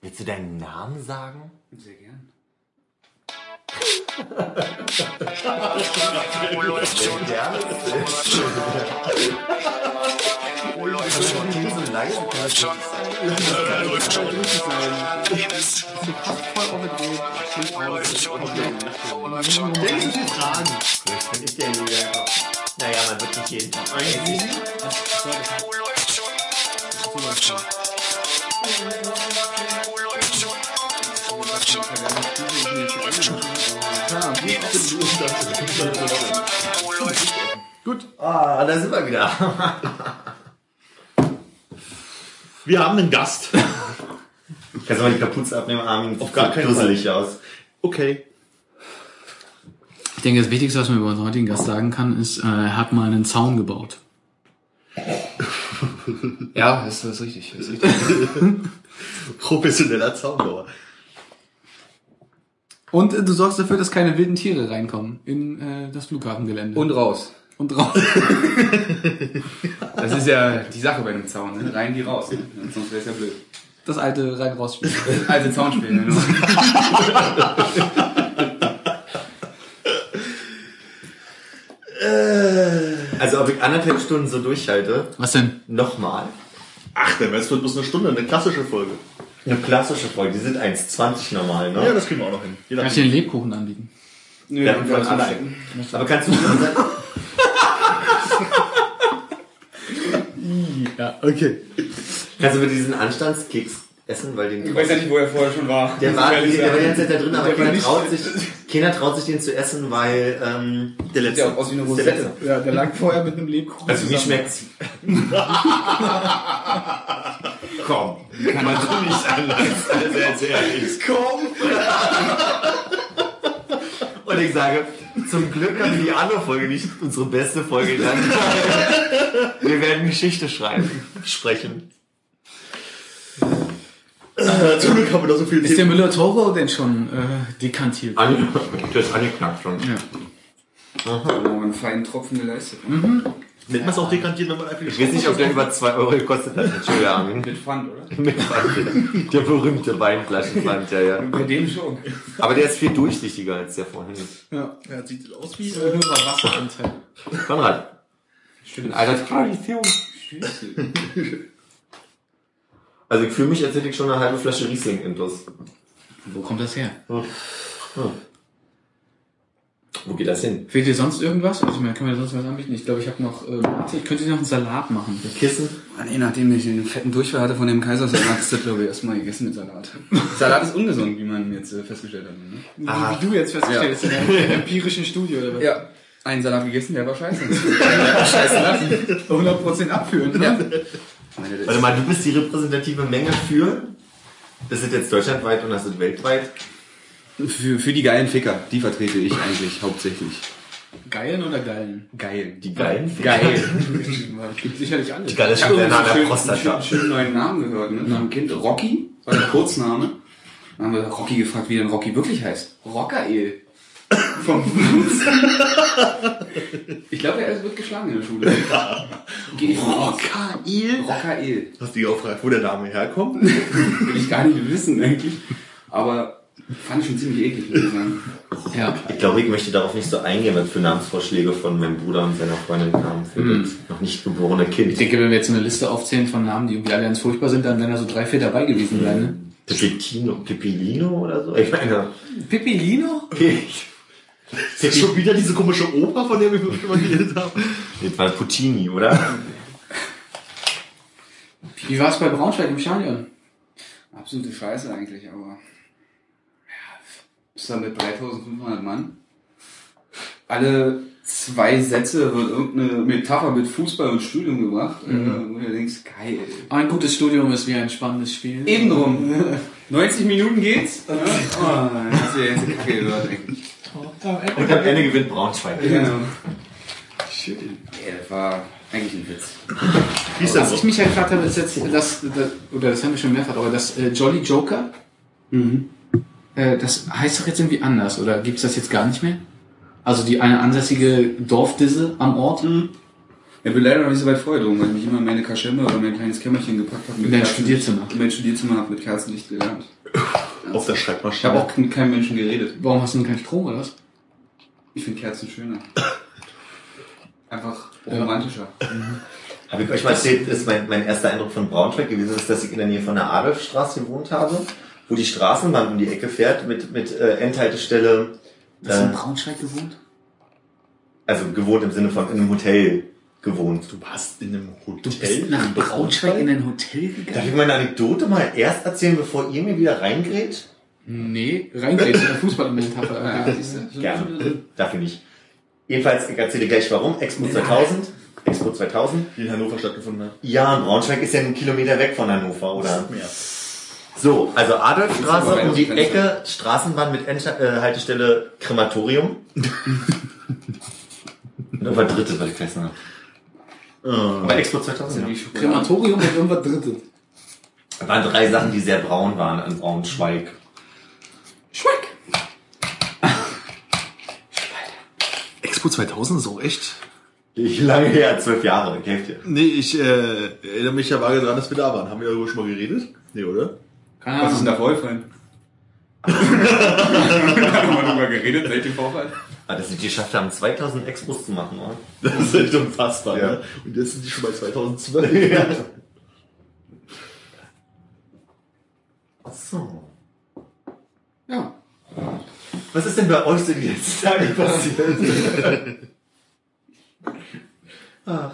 Willst du deinen Namen sagen? Sehr gern. Ja. Oh, Denkst du die Fragen? Ich derjenige. Naja, man wird nicht jeden Tag. Gut, ah, da sind wir wieder. Wir haben einen Gast. Kannst du mal die Kapuze abnehmen, Armin? Auf gar keinen dusselig aus. Okay. Ich denke, das Wichtigste, was man über unseren heutigen Gast sagen kann, ist, äh, er hat mal einen Zaun gebaut. Ja, ist, ist richtig. Ist richtig. Professioneller Zaunbauer. Und äh, du sorgst dafür, dass keine wilden Tiere reinkommen in äh, das Flughafengelände. Und raus. und raus. Das ist ja die Sache bei einem Zaun, ne? Rein wie raus. Ne? Sonst wäre es ja blöd. Das alte rein raus spiel Also Zaunspiel, ne? Also, ob ich anderthalb Stunden so durchhalte, Was denn? nochmal. Ach, der Rest wird bloß eine Stunde, eine klassische Folge. Eine klassische Folge, die sind 1,20 normal, ne? Ja, das kriegen wir auch noch hin. Je Kann ich nachdem. dir einen Lebkuchen anbieten? Nö, Ja, von allein. Aber kannst du schon sagen, Ja, okay. kannst du mit diesen Anstandskeks essen, weil den Ich weiß ja nicht, wo er vorher schon war. Der Muss ich war, ehrlich der war die sagen. ganze Zeit da drin, aber Der war keiner nicht- traut, sich, keiner traut sich den zu essen, weil ähm, der Sieht ja auch aus wie eine ist der Rosette. letzte. Ja, der lag vorher mit einem Lebkuchen. Also wie schmeckt's? Komm. Kann man so nicht anders. Also jetzt ehrlich. Und ich sage, zum Glück haben wir die andere Folge nicht unsere beste Folge genannt. Wir werden Geschichte schreiben. Sprechen. Äh, Zum Glück haben wir da so viel Ist der Müller Toro denn schon äh, dekantiert? Das ist angeknackt schon. Da haben wir einen feinen Tropfen geleistet. Ne? Nennt man es auch dekantiert, wenn man einfach die Ich weiß nicht, ob der über 2 Euro gekostet hat. Entschuldigung, Armin. Mit Pfand, oder? Der berühmte Weinflaschenpfand, ja, ja. Bei dem schon. Aber der ist viel durchsichtiger als der vorhin. Ja, sieht aus wie... äh, Höherer Wasseranteil. Konrad, in Schönes alter Tradition. Stühlchen. Also ich fühle mich, als hätte ich schon eine halbe Flasche Riesling intus. Wo kommt das her? Wo geht das hin? Fehlt dir sonst irgendwas? Also, man kann mir sonst was anbieten. Ich glaube, ich habe noch, äh, warte, ich könnte dir noch einen Salat machen. Ein Kissen? Ah, Nee, nachdem ich den fetten Durchfall hatte von dem Kaisersalat, ist das, glaube ich, erstmal gegessen mit Salat. Salat ist ungesund, wie man jetzt äh, festgestellt hat. Ne? Wie, Ah. wie du jetzt festgestellt hast, in einer empirischen Studie oder was? Ja. Einen Salat gegessen, der war scheiße. scheiße ne? lassen. 100% abführen, ne? Ja. Warte mal, du bist die repräsentative Menge für. Das ist jetzt deutschlandweit und das ist weltweit. Für, für die geilen Ficker, die vertrete ich eigentlich hauptsächlich. Geilen oder Geilen? Geil. Die geilen Geil. Es gibt sicherlich andere. Die geile Ich habe Studenten an einen der schönen, schönen, Prostata. schönen neuen Namen gehört, ne? Von einem Kind. Rocky war der Kurzname. Dann haben wir Rocky gefragt, wie denn Rocky wirklich heißt. Rockerel. Vom Blues. Ich glaube, er ist- wird geschlagen in der Schule. Geh ich von aus. Kail. Rockerel. Hast du dich auch gefragt, wo der Name herkommt? Will ich gar nicht wissen, eigentlich. Aber fand ich schon ziemlich eklig, muss ich sagen. Ja. Ich glaube, ich möchte darauf nicht so eingehen, was für Namensvorschläge von meinem Bruder und seiner Freundin kamen für das noch nicht geborene Ich Kind. denke, wenn wir jetzt eine Liste aufzählen von Namen, die irgendwie alle ganz furchtbar sind, dann wären da so drei, vier dabei gewesen bleiben, ne? Pepitino, Pipilino oder so? Ich meine, Pippilino? das Ist das schon wieder diese komische Oper, von der wir schon mal geredet haben? war Puccini, oder? Wie war es bei Braunschweig im Stadion? Absolute Scheiße eigentlich, aber. Ja, bist da mit 3500 Mann. Alle zwei Sätze wird irgendeine Metapher mit Fußball und Studium gebracht. Äh, wo du denkst, geil. Ein gutes Studium ist wie ein spannendes Spiel. Eben drum. 90 Minuten geht's. Äh, oh, hast du ja jetzt eine Kacke gehört, ey. Und am Ende gewinnt Braunschweig. Genau. Schön. Ey, das war eigentlich ein Witz. Wie ist Was das Also ich so? mich ja gefragt habe, ist jetzt, dass, das, oder das haben wir schon mehrfach, aber das äh, Jolly Joker, äh, das heißt doch jetzt irgendwie anders, oder gibt's das jetzt gar nicht mehr? Also die eine ansässige Dorfdisse am Ort? Ich bin leider noch nicht so weit vorgedrungen, weil ich mich immer in meine Kaschemme oder mein kleines Kämmerchen gepackt habe. In dein Studierzimmer. In mein Studierzimmer habe mit Kerzenlicht gelernt. Auf der Ich habe Schreibmaschine. auch mit keinem Menschen geredet. Warum hast du denn keinen Strom oder was? Ich finde Kerzen schöner. Einfach Ja. romantischer. Habe ich euch mal erzählt, ist mein, mein erster Eindruck von Braunschweig gewesen, ist, dass ich in der Nähe von der Adolfstraße gewohnt habe, wo die Straßenbahn um die Ecke fährt mit, mit äh, Endhaltestelle. Hast du Äh, in Braunschweig gewohnt? also gewohnt im Sinne von in einem Hotel gewohnt. Du warst in einem Hotel. Du bist nach Braunschweig in ein Hotel Darf gegangen? ich meine Anekdote mal erst erzählen, bevor ihr mir wieder reingeht? Nee, reingehen in der Fußballmetapher. Ja, Ja. siehst du? Gerne. Darf ich nicht. Jedenfalls, ich erzähle gleich warum. Expo 2000. Expo 2000. Die in Hannover stattgefunden hat. Ja, und Braunschweig ist ja einen Kilometer weg von Hannover, oder? Ja. So, also Jetzt sind Adolfstraße wir um die bei der Ecke, Straßenbahn mit End äh, Haltestelle Krematorium. Und irgendwas drittes, was ich vergessen habe. Äh. Aber Expo 2000. Die Schokolade. Krematorium und irgendwas Drittes. Ja. Waren drei Sachen, die sehr braun waren an Braunschweig. Schweig! Expo 2000 ist auch echt. Ich lange her, zwölf Jahre, ich helfe dir. Nee, ich äh, erinnere mich ja vage daran, dass wir da waren. Haben wir darüber schon mal geredet? Nee, oder? Keine Was ist denn Ahnung. da vorgefallen? Haben wir darüber geredet, seit dem Vorfall? Ah, dass sie es geschafft haben, 2000 Expos zu machen, oder? Das ist echt unfassbar. Ja. Ne? Und jetzt sind die schon bei 2012. Ja. Ach so. Ja. Was ist denn bei euch so die letzten Tage passiert? Ach.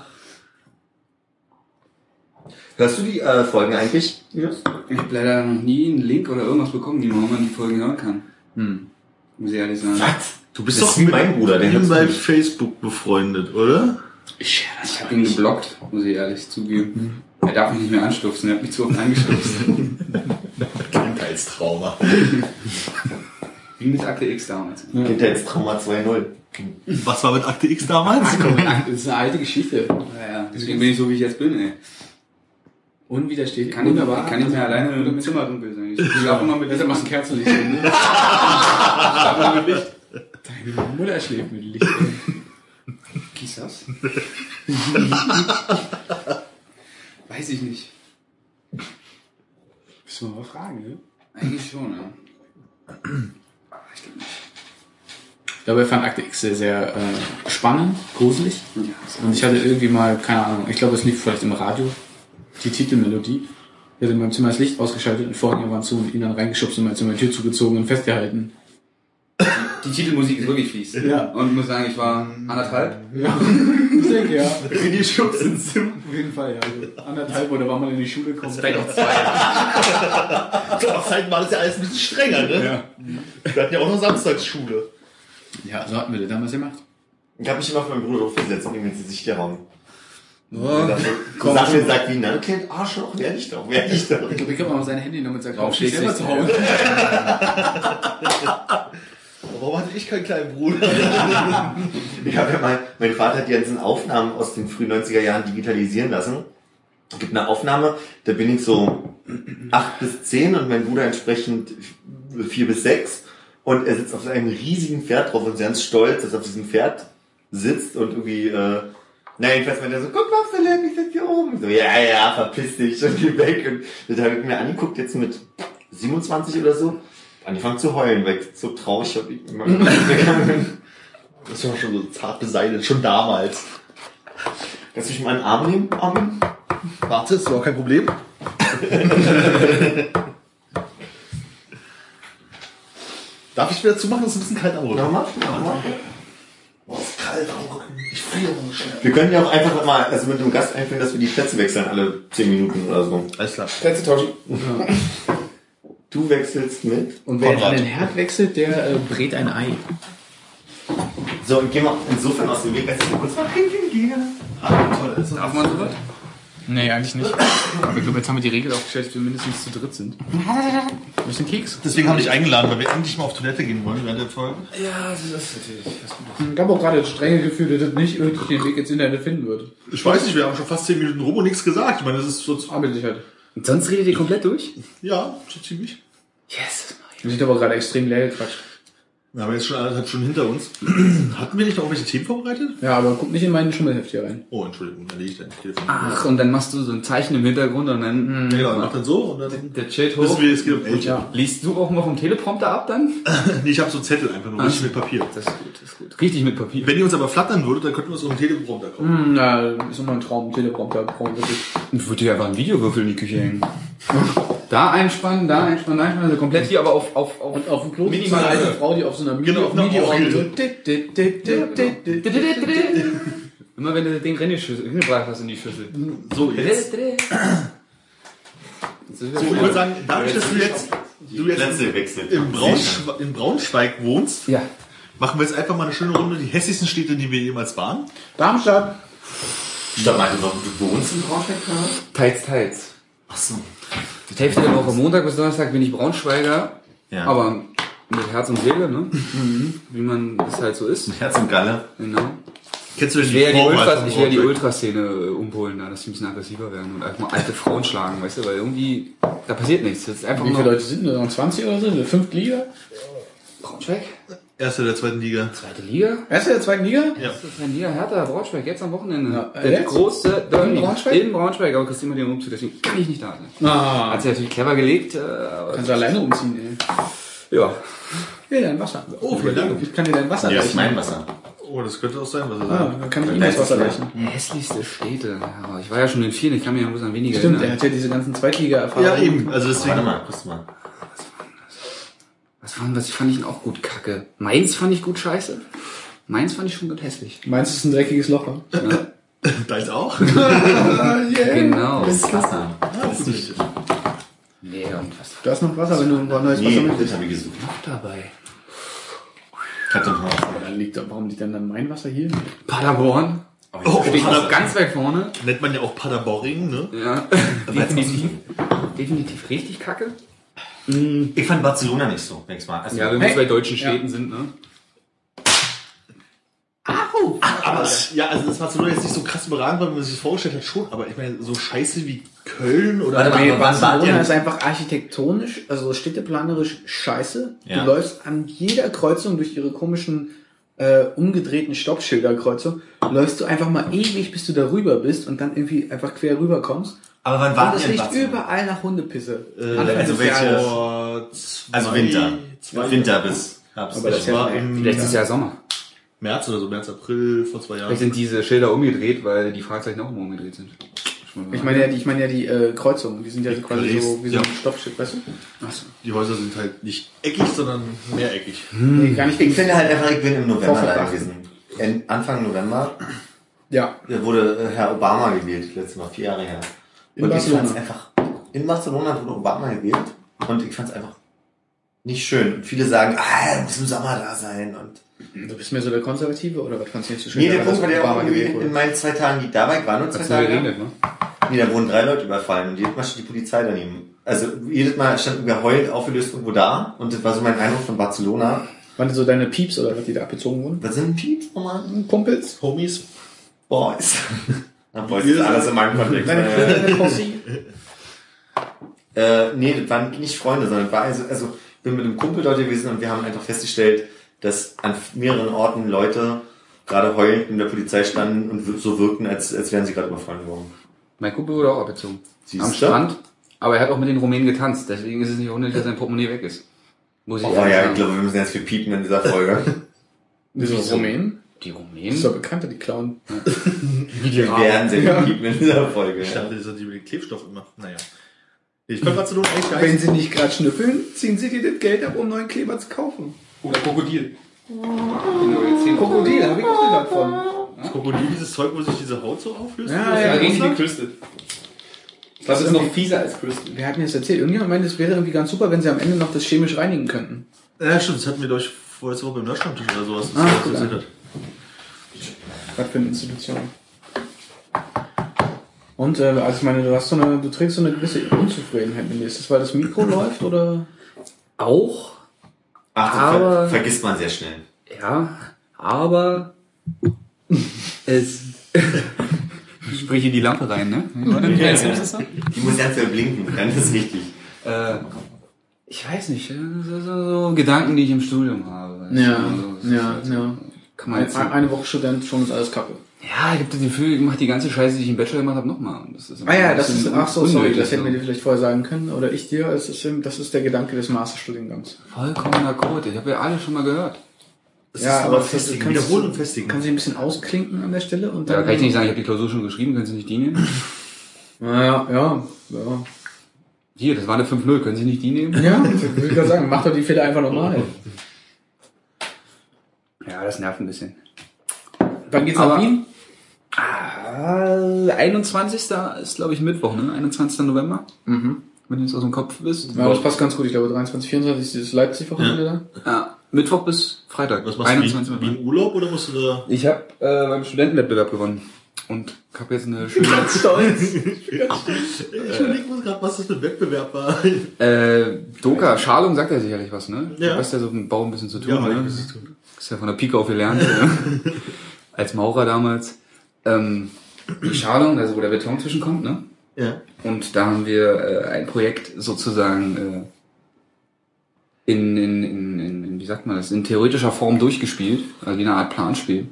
Hörst du die äh, Folgen eigentlich? Ja. Ich habe leider noch nie einen Link oder irgendwas bekommen, wie man die Folgen hören kann. Hm. Muss ich ehrlich sagen. Was? Du Das ist wie mein Bruder, der ihm hört's bei nicht. Facebook befreundet, oder? Ich share das Ich ja habe ihn nicht. geblockt, muss ich ehrlich zugeben. Er darf mich nicht mehr anstupsen, er hat mich zu oft angestupst. Kindheitstrauma. Wie mit Akte X damals. Kindheitstrauma 2.0. Was war mit Akte X damals? Das ist eine alte Geschichte. Naja, deswegen bin ich so, wie ich jetzt bin, ey. Unwiderstehlich. Ich kann nicht, Wunderbar. ich kann nicht mehr alleine Oder im mit Zimmer dunkel sein. Ich schlafe immer mit Deshalb machst du ein Kerzenlicht hin, ne? Schlafe mit Licht. Deine Mutter schläft mit Licht. Kissas? Weiß ich nicht. Müssen wir mal fragen, ne? Eigentlich schon, ja. Ich glaube, er fand Akte X sehr, sehr äh, spannend, gruselig. ja Und ich hatte irgendwie mal, keine Ahnung, ich glaube, es lief vielleicht im Radio, die Titelmelodie. Ich hatte in meinem Zimmer das Licht ausgeschaltet und Vorhänge waren zu und ihn dann reingeschubst und mein Zimmer die Tür zugezogen und festgehalten. die Titelmusik ist wirklich fies. Ja. Und ich muss sagen, ich war anderthalb. Ja, ich denke, ja. René schubst ins Zimmer. Auf jeden Fall, ja. Also anderthalb oder wann man in die Schule kommt. Vielleicht auch zwei. Klar, Zeit war das ja alles ein bisschen strenger, ne? Ja. Wir hatten ja auch noch Samstagsschule. ja, so hatten wir das damals gemacht. Ich hab mich immer auf meinen Bruder aufgesetzt und ihm jetzt die Sichterraum. Oh. Du sagst mir, sag wie, na, Kind, Arschloch, werde ich doch, werde ich doch. Ich glaube, ich kann mal auf sein Handy noch mit seinem Warum Aufstieg selber schlägst du zu Hause. Warum hatte ich keinen kleinen Bruder? Ich habe ja mal, mein Vater hat die ganzen Aufnahmen aus den frühen 90er Jahren digitalisieren lassen. Es gibt eine Aufnahme, da bin ich so acht bis zehn und mein Bruder entsprechend vier bis sechs und er sitzt auf einem riesigen Pferd drauf und ist ganz stolz, dass er auf diesem Pferd sitzt und irgendwie, äh, na jedenfalls meint er so, guck mal, Philipp, ich sitze hier oben. Ich So, ja, ja, verpiss dich und geh weg. Und das habe ich mir angeguckt, jetzt mit 27 oder so, angefangen zu heulen, weil ich so traurig war, wie ich immer weggegangen bin. Das war schon so zart beseitigt, schon damals. Kannst du mich mal in den Arm nehmen, Armin? Warte, ist doch kein Problem. Darf ich wieder zumachen? Ist ein bisschen kalt am Rücken. Nochmal? Nochmal? Wir können ja auch einfach mal, also mit dem Gast einführen, dass wir die Plätze wechseln alle 10 Minuten oder so. Alles klar. Plätze tauschen. Du wechselst mit. Und wer jetzt Konrad. an den Herd wechselt, der äh, brät ein Ei. So, und geh mal insofern aus dem Weg, als ich kurz mal pinkeln gehe. Darf man sowas? Nee, eigentlich nicht. Aber ich glaube, jetzt haben wir die Regel aufgestellt, dass wir mindestens zu dritt sind. Ein bisschen Keks. Deswegen haben wir dich eingeladen, weil wir endlich mal auf Toilette gehen wollen während der Folge. Ich habe auch gerade das strenge Gefühl, dass das nicht wirklich den Weg ins Internet finden wird. Ich weiß nicht, wir haben schon fast 10 Minuten rum und nichts gesagt. Ich meine, das ist so. Aber mit Sicherheit. Und sonst redet ihr komplett durch? Ja, so ziemlich. Wir sind aber gerade extrem leer gequatscht. Wir haben jetzt schon anderthalb Stunden hinter uns. Hatten wir nicht noch irgendwelche Themen vorbereitet? Ja, aber guck nicht in meinen Schummelheft hier rein. Oh, Entschuldigung, da liege ich dein Telefon. Ah. Ach, und dann machst du so ein Zeichen im Hintergrund und dann. Ja, mh, genau, mach dann so und dann Der Chat hoch. wissen wir, es geht um Eltern. Ja. Liest du auch mal vom Teleprompter ab dann? Nee, ich habe so Zettel einfach nur, Ach. richtig mit Papier. Das ist gut, das ist gut. Richtig mit Papier. Wenn ihr uns aber flattern würdet, dann könnten wir uns noch einen Teleprompter kaufen. Hm, na, ist immer ein Traum, Teleprompter, Traum, wirklich. Ich würde dir einfach einen Videowürfel in die Küche hängen. Da einspannen, da einspannen, da einspannen, also komplett hier aber auf, auf, auf. Und auf dem Klo Minimal- so eine alte Frau, die auf so einer Mini- Genau, auf einer Orgel. so dit, dit, dit, dit, dit, dit. Immer wenn du das Ding reingeschüss- hingebracht hast in die Schüssel. So, jetzt. So, ich würde sagen, dadurch, dass du jetzt, du jetzt Plätze wechseln. im, Braunschwe in Braunschweig wohnst, Ja. machen wir jetzt einfach mal eine schöne Runde die hässlichsten Städte, in die wir jemals waren. Darmstadt. Statt mal, du du wohnst in Braunschweig? Karl? Teils, teils. Ach so. Die Hälfte der Woche, Montag bis Donnerstag bin ich Braunschweiger, Ja. aber mit Herz und Seele, ne? Wie man das halt so ist. Herz und Galle. Genau. Kennst du denn Ich wäre die, Vorwahl Ultras, von ich wär die Braunschweig? Ultraszene äh, umholen, da, dass die ein bisschen aggressiver werden und einfach mal alte Frauen schlagen, weißt du, weil irgendwie, da passiert nichts. Das ist einfach Wie viele nur Leute sind denn da? Noch 20 oder so? In der fünften Liga? Braunschweig, Erste der zweiten Liga. zweite Liga. Erste der zweiten Liga? Ja. Das ist ein Liga Hertha, Braunschweig, jetzt am Wochenende. Ja, der jetzt? große Derby. In Braunschweig? In Braunschweig, aber Christine hat den Umzug, deswegen kann ich nicht da sein. Ah, Hat sie natürlich clever gelegt, äh, aber kannst du alleine umziehen, ja. ey. Hier, dein Wasser. Oh, vielen Dank. Ich kann dir dein Wasser Ja, ist reichen. mein Wasser. Oh, das könnte auch sein, was er Ah, sagt. dann kann ich ihm das Wasser reichen. Hässlichste Städte. Ja, ich war ja schon in vielen, ich kann mich ja bloß an weniger Stimmt, er erinnern. hat ja diese ganzen Zweitliga-Erfahrungen. Ja, eben. Also Warte deswegen. mal, guck mal. Was, waren, was fand ich denn auch gut kacke? Mainz fand ich gut scheiße. Mainz fand ich schon gut hässlich. Meinst du, es ist ein dreckiges Loch? ne? Deins auch? Genau. Das ist Wasser. Das ist nicht. Nee, und was Du hast noch Wasser, wenn du ein neues Nee, Wasser möchtest. das habe ich gesucht. war noch dabei? Hat doch noch. Aber dann liegt doch, warum liegt dann dann mein Wasser hier? Paderborn. Oh, Steht noch Paderborn. ganz weit vorne. Nennt man ja auch Paderboring, ne? Ja. Definitiv. Definitiv richtig kacke. Ich fand Barcelona nicht so, nächstes Mal. Also, Ja, wenn wir bei deutschen Städten sind, ne? Aber ja, also das war so jetzt nicht so krass überragend, weil man sich das vorgestellt hat, schon, aber ich meine, so scheiße wie Köln oder. Warte mal, Nee, aber wann wart Barcelona ihr- ist einfach architektonisch, also städteplanerisch scheiße. Ja. Du läufst an jeder Kreuzung durch ihre komischen äh, umgedrehten Stoppschilderkreuzung, läufst du einfach mal ewig, bis du da rüber bist und dann irgendwie einfach quer rüber kommst. aber wann Und wart ihr es in riecht Barcelona? überall nach Hundepisse. Äh, Anfang also des welche- Jahres. Vor zwei, Also Winter. Zwei, Winter bis Herbst. Aber das ist Ich war ja im Vielleicht ist ja Sommer. März oder so, also März, April vor zwei Vielleicht Jahren. sind diese Schilder umgedreht, weil die Fragezeichen auch immer umgedreht sind. Schon mal ich meine ja die, ich meine ja die äh, Kreuzungen, die sind ja quasi so wie so ein Ja. Stoppschild, weißt du? Achso. Die Häuser sind halt nicht eckig, sondern mehreckig. Nee, gar nicht. Ich finde halt einfach, ich bin im November da Vorverdacht. gewesen. En- Anfang November Ja. da wurde äh, Herr Obama gewählt, letztes Mal, vier Jahre her. In und Barcelona. ich fand es einfach, in Barcelona wurde Obama gewählt und ich fand es einfach nicht schön. Und viele sagen, ah, er muss im Sommer da sein. Und Du bist mehr so der Konservative oder was fandst du nicht so schön? nee, der daran, Punkt war dass der Obama auch irgendwie gewählt in wurde? meinen zwei Tagen, die dabei waren, und zwei Hast du Tage, geredet, ne? nee, da wurden drei Leute überfallen und jedes Mal steht die Polizei daneben. Also jedes Mal stand irgendwer heulend aufgelöst irgendwo da und das war so mein Eindruck von Barcelona. Waren das so deine Pieps oder was, die da abgezogen wurden? Was sind Pieps, Roman? Kumpels? Homies. Boys. Na, Boys ist alles in meinem Kontext. Deine Äh, Kumpel, deine Kossi? Äh, nee, das waren nicht Freunde, sondern war also, also ich bin mit einem Kumpel dort gewesen und wir haben einfach festgestellt, dass an mehreren Orten Leute gerade heulend in der Polizei standen und wir- so wirkten, als, als wären sie gerade überfallen worden. Mein Kumpel wurde auch abgezogen. Siehst Am du? Strand. Aber er hat auch mit den Rumänen getanzt, deswegen ist es nicht ohne, dass sein Portemonnaie weg ist. Muss ich Oh ehrlich ja, sagen. ich glaube, wir müssen jetzt viel piepen in dieser Folge. Wieso Rumänen? Die Das ist doch Rumänen? bekannt, die klauen. wir werden sehr viel piepen in dieser Folge. Ich Ja. dachte, das sind die mit dem Klebstoff immer. Naja. Ich fand Barcelona echt geil. Wenn sie nicht gerade schnüffeln, ziehen sie dir das Geld ab, um neuen Kleber zu kaufen. Oder Krokodil. Genau, jetzt sehen wir- Krokodil, da hab ich auch den davon. Das Krokodil, dieses Zeug, wo sich diese Haut so auflöst? Ja, Das ja, ist gegen die Russland? Crystal. Das ist noch fieser als Crystal. Wer hat mir das erzählt? Irgendjemand meinte, es wäre irgendwie ganz super, wenn sie am Ende noch das chemisch reinigen könnten. ja, stimmt, das hatten wir, glaube ich, vorletzte Woche beim Nerdstammtisch oder sowas. Das Ah, das guck erzählt an. hat. Was für eine Institution. Und äh, also ich meine, du hast so eine, du trägst so eine gewisse Unzufriedenheit mit dir. Ist das, weil das Mikro läuft oder? Auch Ach, das ver- Aber- vergisst man sehr schnell. Ja, aber es. Sprich in die Lampe rein, ne? Die muss ganz doll blinken, dann ist richtig. äh, ich weiß nicht, äh, so, so, so Gedanken, die ich im Studium habe. oder Ja, so. Das ist ja, halt- ja. Kann man jetzt Ein- eine Woche Student, schon ist alles kacke. Ja, ich hab das Gefühl, ich mach die ganze Scheiße, die ich im Bachelor gemacht habe, nochmal. Ah ja, das ist, ach so, sorry, das hätten wir dir vielleicht vorher sagen können. Oder ich dir, es ist, eben- das ist der Gedanke des Masterstudiengangs. Vollkommener Code, ich habe ja alle schon mal gehört. Es Ja, ist aber aber das- festigen, kannst du- wiederholen und festigen. Kannst du dich ein bisschen ausklinken an der Stelle und Da dann. kann ich nicht sagen, ich habe die Klausur schon geschrieben, können Sie nicht die nehmen? Ja, ja, ja. Hier, das war eine 5-0, können Sie nicht die nehmen? Ja, ich würde gerade sagen, mach doch die Fehler einfach nochmal. Ja, das nervt ein bisschen. Wann geht's Aber- nach Wien? Ah, 21. ist, glaube ich, Mittwoch, ne? 21. November. Wenn du jetzt aus dem Kopf bist. Mhm. Ja, das passt ganz gut. Ich glaube, 23, 24 ist dieses Leipzig-Wochenende da. Ja, Mittwoch bis Freitag. Was machst du? Wie, wie November. einen Urlaub oder musst du da... Ich habe äh, beim Studentenwettbewerb gewonnen. Und habe jetzt eine schöne... Stolz. Entschuldigung, ich muss gerade, was das für ein Wettbewerb war. äh, Doka, Schalung sagt ja sicherlich was, ne? Ja. Du hast ja so mit dem Bau ein bisschen zu tun, hab ne? tun. Ist ja von der Pike auf gelernt. ne? Als Maurer damals. Ähm, die Schalung, also wo der Beton zwischenkommt, ne? Ja. Und da haben wir äh, ein Projekt sozusagen äh, in, in, in, in, in, wie sagt man das, in theoretischer Form durchgespielt, also wie eine Art Planspiel.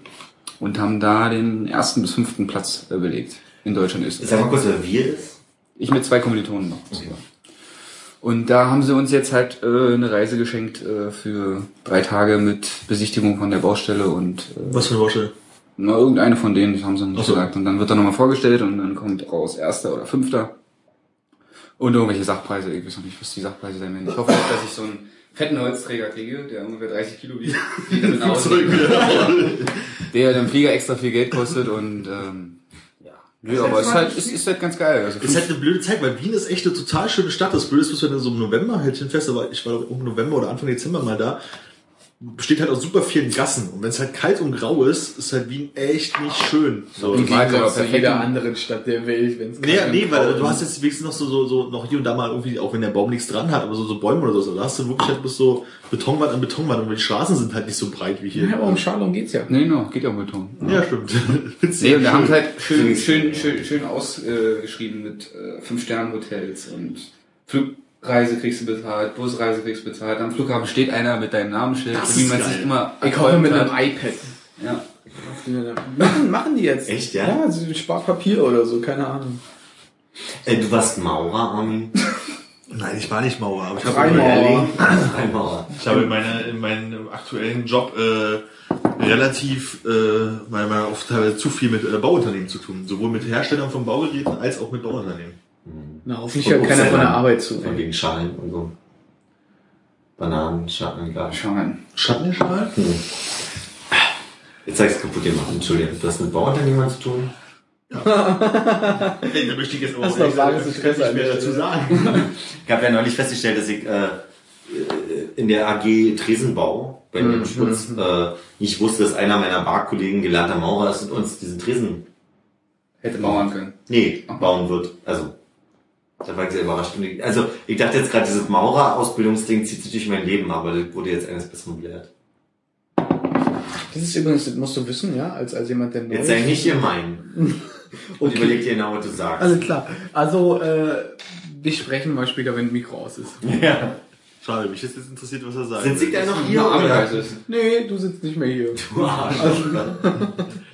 Und haben da den ersten bis fünften Platz äh, belegt in Deutschland, Österreich. Sag mal kurz, wer wir ist. Ich mit zwei Kommilitonen noch. Und da haben sie uns jetzt halt äh, eine Reise geschenkt äh, für drei Tage mit Besichtigung von der Baustelle und äh, Was für eine Baustelle? na, irgendeine von denen, das haben sie noch nicht Ach so. gesagt. Und dann wird er nochmal vorgestellt und dann kommt raus erster oder fünfter. Und irgendwelche Sachpreise, ich weiß noch nicht, was die Sachpreise sein werden. Ich hoffe nicht, dass ich so einen fetten Holzträger kriege, der ungefähr 30 Kilo wiegt, die dann Genau, nach also- Hause geht. der dem Flieger extra viel Geld kostet und ähm, ja. Nö, aber es ist halt, ist, ist halt ganz geil. Also Ist halt eine blöde Zeit, weil Wien ist echt eine total schöne Stadt. Das Blöde ist, bloß, wenn du so im November halt hinfährst, aber ich war glaub ich, um November oder Anfang Dezember mal da, besteht halt aus super vielen Gassen. Und wenn es halt kalt und grau ist, ist halt Wien echt nicht schön. So. Im Die Wahl kann Gegensatz aber zu perfekt jeder sein. anderen Stadt der Welt, wenn es Nee, nee, weil du hast jetzt wenigstens noch so, so, so, noch hier und da mal irgendwie, auch wenn der Baum nichts dran hat, aber so, so Bäume oder so, da hast du wirklich halt bloß so Betonwand an Betonwand und die Straßen sind halt nicht so breit wie Ja, hier. aber um Schalung geht's ja. Nee, no, geht ja um Beton. Ja, stimmt. Witzig. Nee, und wir haben es halt schön, schön, schön, schön ausgeschrieben mit äh, Fünf-Sterne-Hotels und Flugreise kriegst du bezahlt, Busreise kriegst du bezahlt. Am Flughafen steht einer mit deinem Namensschild, Das so wie ist man geil. sich immer Ich hoffe mit einem erträumt hat. iPad. Ja. Machen, machen die jetzt. Echt, Ja, ja? ja sie spart Papier oder so, keine Ahnung. Äh, du warst Maurer, Armin. Nein, ich war nicht Mauer, aber ich habe Freimaurer. Drei Maurer. Ich habe in, meiner, in meinem aktuellen Job äh, relativ, äh, weil man oft teilweise zu viel mit äh, Bauunternehmen zu tun, sowohl mit Herstellern von Baugeräten als auch mit Bauunternehmen. Na, hoffentlich hört halt keiner von der Arbeit zu. Mhm. Von wegen Schalen und so. Bananen, Schatten, Glas. Schauen. Schatten ihr schon mal? Jetzt sag's kaputt gemacht, Entschuldigung. Du hast mit Bauunternehmern zu tun? Hey, da möchte ich jetzt aber Hast auch noch nicht sagen, es ist nicht besser mehr an der dazu Stelle. sagen. Ich habe ja neulich festgestellt, dass ich äh, in der AG Tresenbau bei dem Sputz äh, nicht wusste, dass einer meiner Barkollegen gelernter Maurer ist und uns diesen Tresen Hätte mauern können. nee, bauen wird. Also da war ich sehr überrascht. Und ich, also ich dachte jetzt gerade, dieses Maurer-Ausbildungsding zieht sich durch mein Leben, aber das wurde jetzt eines Besseren belehrt. Das ist übrigens, das musst du wissen, ja, als, als jemand, der neu Jetzt sei nicht gemein. Und Okay. überleg dir genau, was du sagst. Alles klar. Also, äh, wir sprechen mal später, wenn Mikro aus ist. ja. Schade, mich ist jetzt interessiert, was er sagt. Sind sie da noch hier? Na, Oder? Ameise ist- Nee, du sitzt nicht mehr hier. Du Arschloch.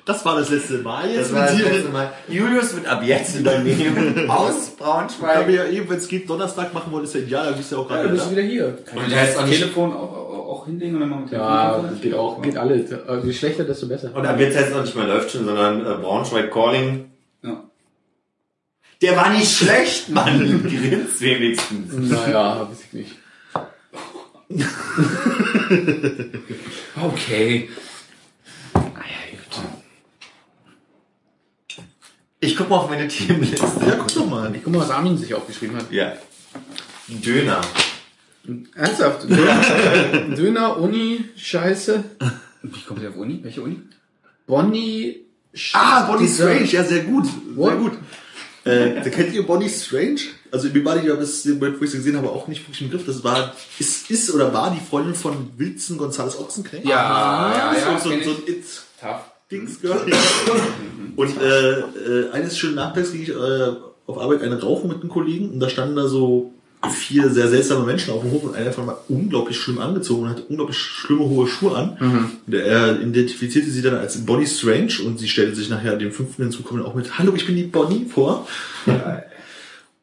Das war das letzte Mal Also, jetzt Das war das mit dir. letzte Mal. Julius wird ab jetzt übernehmen aus Ich habe Braunschweig. ja eben, wenn es geht, Donnerstag machen wollen, ist ja ideal, da bist du ja auch Ja, du gerade bist da. wieder hier. Und heißt auch nicht Telefon auch, auch, auch hinlegen und dann machen wir Ja, Telefon. geht auch, geht alles. Also, je schlechter, desto besser. Und ab jetzt heißt es noch nicht mehr läuft schon, sondern äh, Braunschweig Calling. Ja. Der war nicht schlecht, Mann. Grinst wenigstens. Naja, weiß ich nicht. Okay. Ah, ja, gut. Ich guck mal auf meine Themenliste. Ja, guck doch mal. Ich guck mal, was Armin sich aufgeschrieben hat. Ja. Döner. Ernsthaft? Döner, Döner Uni, Scheiße. Wie kommt ihr auf Uni? Welche Uni? Bonnie. Sch- Ah, Bonnie dieser- Strange, ja, sehr gut. What? Sehr gut. Äh, da kennt ihr Bonnie Strange? Also mir war die ja bis dem Moment, wo ich sie gesehen habe, auch nicht wirklich im Griff. Das war, ist, ist oder war die Freundin von Wilson Gonzales Ochsenknecht. Ja, ja, ja, so, kenn so, ich. so ein It Tough. Dings Girl. Und äh, äh, eines schönen Nachmittags ging ich äh, auf Arbeit eine rauchen mit einem Kollegen und da standen da so vier sehr seltsame Menschen auf dem Hof und einer davon war unglaublich schlimm angezogen und hatte unglaublich schlimme hohe Schuhe an. Mhm. Und er identifizierte sie dann als Bonnie Strange und sie stellte sich nachher dem fünften hinzukommenden auch mit Hallo, ich bin die Bonnie vor.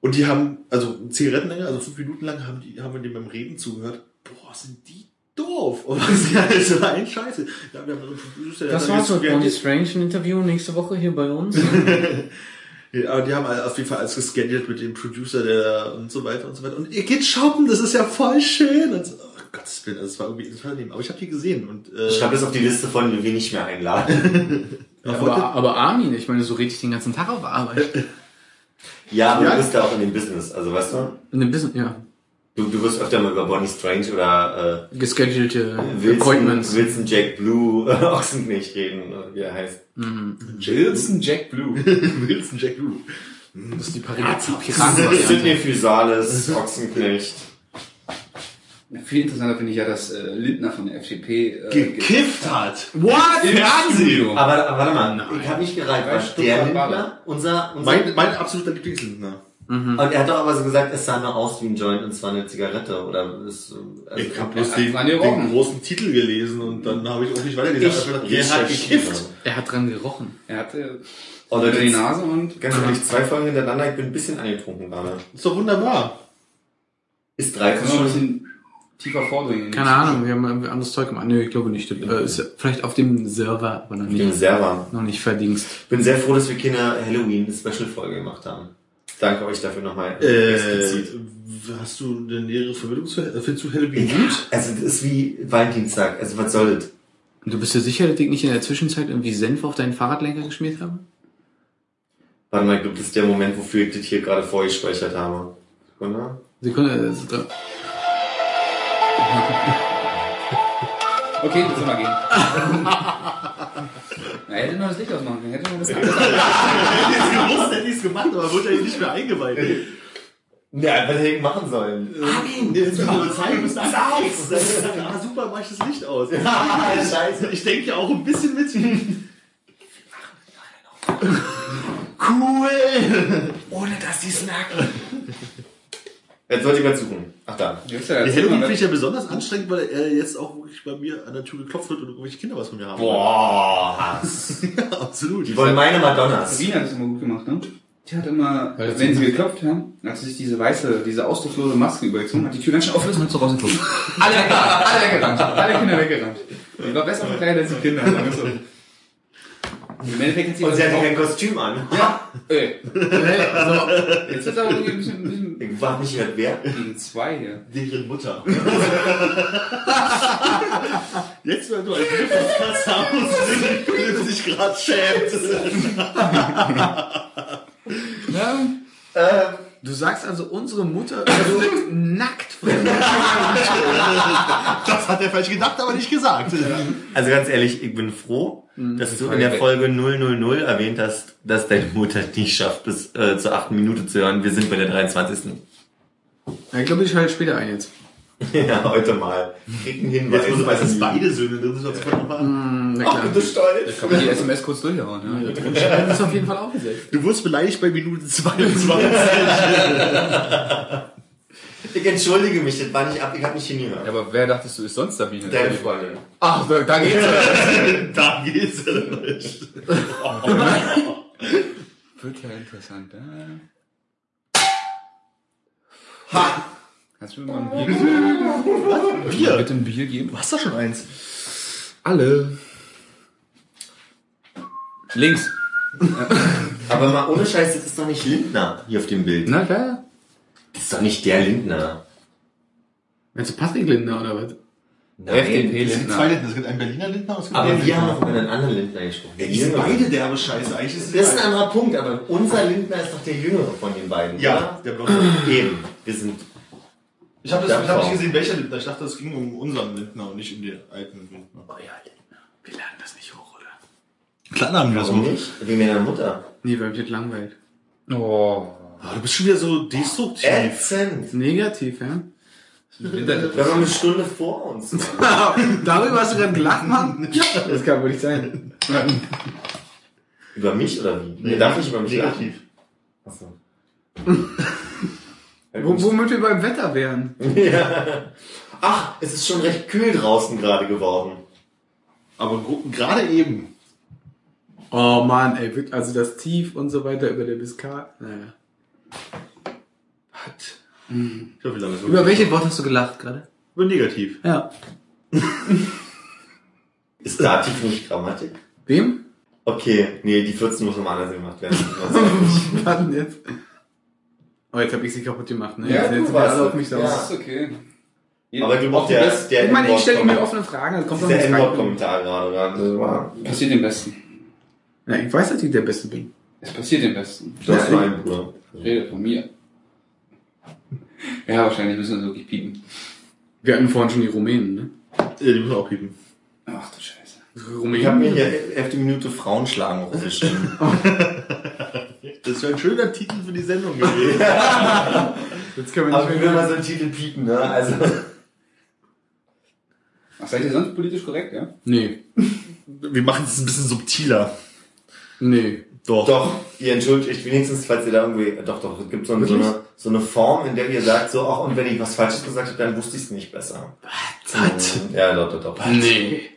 und die haben, also Zigarettenlänge, also fünf Minuten lang haben, die, haben wir dem beim Reden zugehört. Boah, sind die doof. Und was die alles war ein Scheiße. Ja, wir haben so- Das wir haben war's mit wir haben- Bonnie Strange ein Interview nächste Woche hier bei uns. Ja, aber die haben alle auf jeden Fall alles gescannt mit dem Producer der und so weiter und so weiter. Und ihr geht shoppen, das ist ja voll schön. Und so, oh Gottes Willen, also es war irgendwie total daneben. Aber ich habe die gesehen und äh, Ich schreibe das auf die Liste von, wir nicht mehr einladen. ja, aber, wollte, aber Armin, ich meine, so rede ich den ganzen Tag auf Arbeit. Ja, aber Ja. du bist ja auch in dem Business, also weißt du? In dem Business, ja. Du, du wirst öfter mal über Bonnie Strange oder Geschedulte äh, Wilson, Appointments. Wilson Jack Blue äh, Ochsenknecht reden, oder wie er heißt. Wilson Jack Blue. Wilson Jack Blue. Das ist die Piraten. Sidney Physalis, Ochsenknecht. Viel interessanter finde ich ja, dass äh, Lindner von der FDP äh, Gekifft hat. What? Im Fernsehen! Aber, aber warte mal, ich habe mich gereiht, Drei war Stunden der lang Lindner? Ballern. Unser, unser Mein, mein absoluter Lieblingslindner. Und er hat doch aber so gesagt, es sah nur aus wie ein Joint und zwar eine Zigarette oder es, äh, also Ich habe bloß Ja, den, waren die den Rocken. großen Titel gelesen und dann habe ich auch nicht weitergelesen. Ich, gedacht, der hat gekifft. Er hat dran gerochen. Er hatte Oder oder die jetzt- Nase und Ganz ehrlich, zwei Folgen hintereinander, ich bin ein bisschen angetrunken gerade. Ist doch wunderbar. Ist kann 13 noch ein schon. bisschen tiefer vordringen. Keine Ahnung, wir haben irgendwie anderes Zeug gemacht. Nee, ich glaube nicht. Äh, ist ja vielleicht auf dem Server, aber noch Ich bin nicht, sehr warm. noch nicht verdingst. Bin sehr froh, dass wir keine Halloween-Special-Folge gemacht haben. Danke euch dafür nochmal Äh, hast du eine nähere Verbindung zu, äh, findest du Halloween gut? Also das ist wie Valentinstag, also was soll das? Und du bist dir sicher, dass ich nicht in der Zwischenzeit irgendwie Senf auf deinen Fahrradlenker geschmiert habe? Warte mal, ich glaube, das ist der Moment, wofür ich das hier gerade vorgespeichert habe. Sekunde. Sekunde, äh, das ist doch- Okay, lass mal gehen. Na, er hätte noch das Licht ausmachen können. Hätte noch das anderes Ich wusste, hätte ich es gemacht, aber wurde ja nicht mehr eingeweiht. Ja, was hätte ich machen sollen? Armin, jetzt müssen wir zeigen, was da aus. Ah, super, mach ich das Licht aus. Scheiße. Ich denke ja auch ein bisschen mit. Cool! Ohne dass die snacken. Jetzt sollte ich mal suchen. Ach da. Jetzt, Der äh, erzähl Halloween mal, finde ich was- ja besonders anstrengend, weil er jetzt auch wirklich bei mir an der Tür geklopft wird und irgendwelche Kinder was von mir haben. Boah, Hass. Ja, absolut. Die wollen meine Madonnas. Sabine hat das immer gut gemacht, ne? Die hat immer, wenn sie geklopft haben, hat sie sich diese weiße, diese ausdruckslose Maske übergezogen, hat die Tür dann schon offen und hat so rausgeklopft. alle weggerannt, alle weggerannt, alle Kinder weggerannt. Die war besser verkleidet als die Kinder. sagen wir so. Im Endeffekt hat sie Und sie hatte auch- kein Kostüm an. Ja, ey. also, so. Jetzt ist aber irgendwie ein bisschen, ein bisschen Ich war nicht gehört, wer? gegen zwei hier. deren Mutter. Jetzt, wenn du als Podcast haben musst, du dich gerade schämt. Ja. Du sagst also, unsere Mutter wird nackt fremd. Das hat er vielleicht gedacht, aber nicht gesagt. Also ganz ehrlich, ich bin froh, dass du in der Folge 000 erwähnt hast, dass deine Mutter es nicht schafft, bis äh, zur achten Minute zu hören. Wir sind bei der 23. Ja, ich glaube, ich schalte später ein jetzt. ja, heute mal. Krieg einen Hinweis. Jetzt muss er weiß, dass beide Söhne drin sind, sonst kann man machen. Hm, Na klar. stolz. Kann man die SMS kurz durchhauen, ne? Das ist auf jeden Fall aufgesetzt. Du wurdest beleidigt bei Minute 22. Ich entschuldige mich, das war nicht ab, ich hab nicht hingehört. Aber wer dachtest du ist sonst Sabine? Deine Freundin. Ach, da, da geht's. da geht's ja nicht. Wird ja interessant. Äh. Ha! Kannst du mir mal ein Bier geben? Bier. Bitte ein Bier geben? Du hast doch schon eins. Alle. Links. Aber mal ohne Scheiß, das ist doch nicht Lindner hier auf dem Bild. Na klar. Das ist doch nicht der Lindner. Meinst du Patrick Lindner oder was? FDP Es gibt zwei Lindner. Lindner. Es gibt einen Berliner Lindner und es gibt Aber einen wir Berliner haben doch über einen anderen Lindner gesprochen. Der Die sind Jüngere. beide derbe Scheiße. Eigentlich ist es Das ist ein anderer Punkt, aber unser Lindner ist doch der Jüngere von den beiden. Ja, oder? der Blonde. Eben. Wir sind Ich habe Ja, das ich hab Frau. nicht gesehen, welcher Lindner. Ich dachte, es ging um unseren Lindner und nicht um den alten Lindner. Wir laden das nicht hoch, oder? Klar haben wir Warum Also nicht? Wegen meiner Mutter. Nee, weil mich das langweilt. Oh. Ah, Du bist schon wieder so destruktiv. Ätzend. Negativ, ja? Wir haben eine Stunde vor uns. Darüber hast du gerade gelacht, Mann? Ja. Das kann wohl nicht sein. über mich oder wie? Nee, darf ich über mich lachen? negativ. Achso. Wo, womit wir beim Wetter wären. Ach, es ist schon recht kühl draußen gerade geworden. Aber gro- gerade eben. Oh Mann, ey, wirklich, also das Tief und so weiter über der Biskar. Naja. Hat. Ich hoffe, wie lange ist Über welche Wort hast du gelacht gerade? Über negativ. Ja. Ist Dativ nicht Grammatik? Wem? Okay, nee, die 14 muss nochmal anders gemacht werden. Warten jetzt. Oh, jetzt hab ich sie kaputt gemacht, ne? Ja, jetzt du jetzt sind warst alle es. auf mich Ja. sauer. Das ist okay. Aber du machst ja der Ich meine, ich stelle N-Wort-Kommentar. mir offene Fragen, das kommt Das doch ist der nicht rein. N-Wort-Kommentar gerade, oder? Passiert den Besten. Na, ich weiß, dass ich der Beste bin. Es passiert den Besten. Das ist mein Bruder. Ich rede von mir. Ja, wahrscheinlich müssen wir das wirklich piepen. Wir hatten vorhin schon die Rumänen, ne? Äh, die müssen auch piepen. Ach du Scheiße. Ich habe Rumänen? mir hier 11. Minute Frauenschlagen aufgeschrieben. Das wäre ein schöner Titel für die Sendung gewesen. Jetzt können wir Aber wir nicht würden mal mehr. so einen Titel piepen, ne? Also, Ach, seid ihr sonst politisch korrekt, ja? Nee. Wir machen es ein bisschen subtiler. Nee. Doch. doch, ihr entschuldigt wenigstens, falls ihr da irgendwie, doch, doch, es gibt so, so, eine, so eine Form, in der ihr sagt so, ach, und wenn ich was Falsches gesagt habe, dann wusste ich es nicht besser. Mhm. Was? Ja, doch, doch, doch. Nee.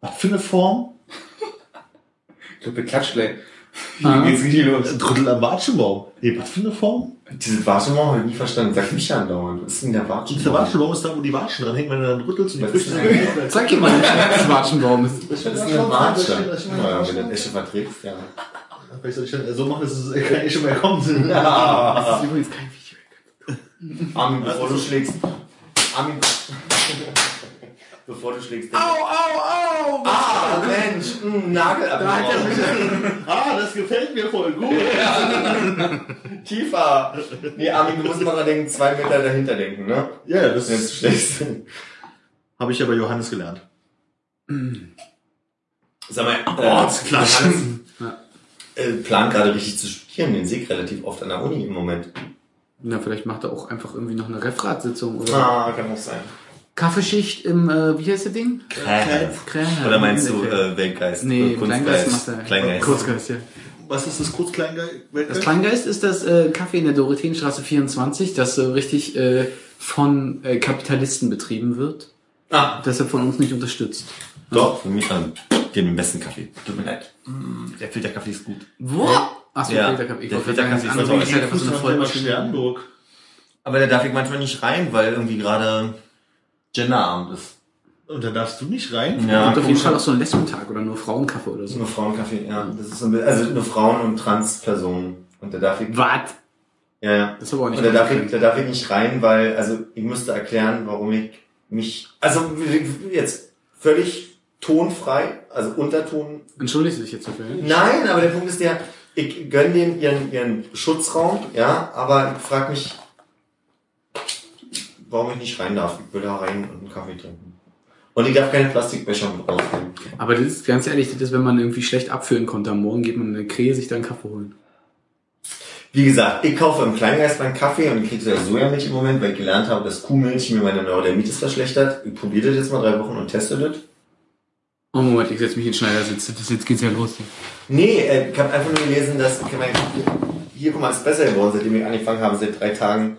Was für eine Form? Ich glaube, wir klatschen gleich. Ah. Geht's richtig los. Ein Drittel am Watschenbaum. Nee, was für eine Form? Diese Watschemauer habe ich nie verstanden. Sag mich andauernd. Was ist denn der Watschemauer? Der Watschenbaum ist da, wo die Watschen dranhängen, wenn du dann rüttelst und die Was Früchte ist denn sind das? Sag dir mal, das Watschenbaum ist. Das Das ist eine Watsche. Ja, wenn du das Esche verträgst, ja. Vielleicht soll ich dann so machen, dass es äh, keine schon mehr kommt. Ja. Das ist übrigens kein Video. Armin, bevor du schlägst. Armin. bevor du schlägst. Au, au, au! Ah, Mensch, ein Nagel abgebrochen. Ah, das gefällt mir voll gut. Tiefer. Nee, Armin, du musst mal dran denken, zwei Meter dahinter denken, ne? Ja, das Wenn du ist schlägst. Habe ich ja bei Johannes gelernt. Sag mal, Ortsklatschen. Johannes, äh, plant gerade richtig zu studieren, den Sieg relativ oft an der Uni im Moment. Na, vielleicht macht er auch einfach irgendwie noch eine Referatssitzung oder Ah, kann auch sein. Kaffeeschicht im, äh, wie heißt das Ding? Krähe. Oder meinst du äh, Weltgeist? Nee, äh, Kleingeist macht er. Kleingeist. Kurzgeist, ja. Was ist das Kurzkleingeil? Das Kleingeist ist das äh, Café in der Dorotheenstraße 24, das so richtig äh, von äh, Kapitalisten betrieben wird. Ah. Deshalb von uns nicht unterstützt. Doch, für mich an den besten Kaffee. Tut mir leid. Mm, Der Filterkaffee ist gut. Wo? Achso, Ja, ja, Filterkaffee. Ich der wollte gerade sagen, das Also, Filterkaffee ist toll. andere ist halt einfach so eine Vollmaschine. Sternburg. Aber da darf ich manchmal nicht rein, weil irgendwie gerade Genderabend ist. Und dann darfst du nicht rein? Ja, Und auf jeden Fall auch so ein Lesbentag oder nur Frauenkaffee oder so. Nur Frauenkaffee, ja. Das ist so ein bisschen, also nur Frauen und Transpersonen. Und da darf ich, Was? ja, ja. Das ist aber auch nicht Und da darf, ich, konsequent. da darf ich nicht rein, weil, also ich müsste erklären, warum ich mich, also jetzt völlig tonfrei, also Unterton Entschuldigst du dich jetzt dafür? ja? Nein, aber der Punkt ist der, ich gönn denen ihren, ihren Schutzraum, ja, aber ich frag mich, warum ich nicht rein darf. Ich will da rein und einen Kaffee trinken. Und ich darf keine Plastikbecher mit rausnehmen. Aber das ist ganz ehrlich, das ist, wenn man irgendwie schlecht abführen konnte am Morgen, geht man in eine Krähe sich da einen Kaffee holen. Wie gesagt, ich kaufe im Kleingeist meinen Kaffee und ich kriege sogar Sojamilch im Moment, weil ich gelernt habe, dass Kuhmilch mir meine Neurodermitis verschlechtert. Ich probiere das jetzt mal drei Wochen und teste das. Oh Moment, ich setze mich in den Schneidersitz. Das jetzt geht's ja los. Nee, äh, ich habe einfach nur gelesen, dass ich mein, hier, guck mal, ist besser geworden, seitdem ich angefangen habe, seit drei Tagen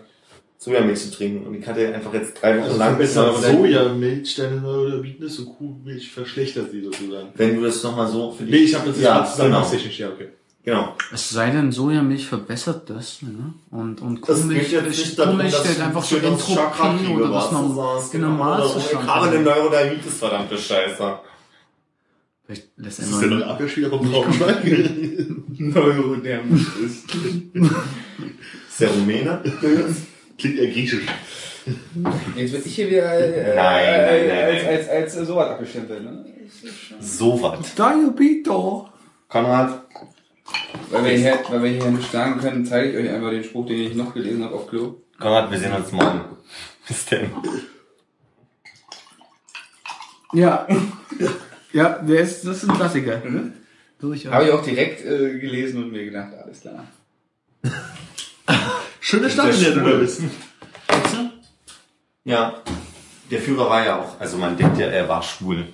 Sojamilch zu trinken. Und ich hatte einfach jetzt drei Wochen Also lang lang besser bis dann- Sojamilch, deine Neurodermitis und Kuhmilch verschlechtert sie sozusagen. Wenn du das nochmal so für dich. Nee, ich habe das jetzt ja, mal zusammen genau. absichtlich, ja, okay. genau. Es sei denn, Sojamilch verbessert das, ne? Und, und Das Kuhmilch, geht jetzt nicht darum, Kuhmilch dass stellt ich einfach so schön aufs Chakra Entropie kriege, oder was das du normal, sagst, genau. normal Oder, zu oh, Ich habe eine schaffen. Neurodermitis, verdammte Scheiße. Vielleicht lässt Das ist der er neue Abwehrspieler vom Braunschweig. Neurodermitis. Ist der Rumäne? Klingt eher griechisch. Jetzt wird ich hier wieder äh, Nein, nein, nein, als, nein. als, als, als sowas abgestempelt, ne? so was. Diabito. Konrad, Weil wir, hier, weil wir hier nicht schlagen können, zeige ich euch einfach den Spruch, den ich noch gelesen habe auf Klo. Konrad, wir sehen uns morgen. Bis denn. Ja. ja, der ist, das ist ein Klassiker, ne? Durchaus. Habe ich auch direkt äh, gelesen und mir gedacht, alles klar. Schöne Stadt, in der du da bist. Ja. Der Führer war ja auch, also man denkt ja, er war schwul.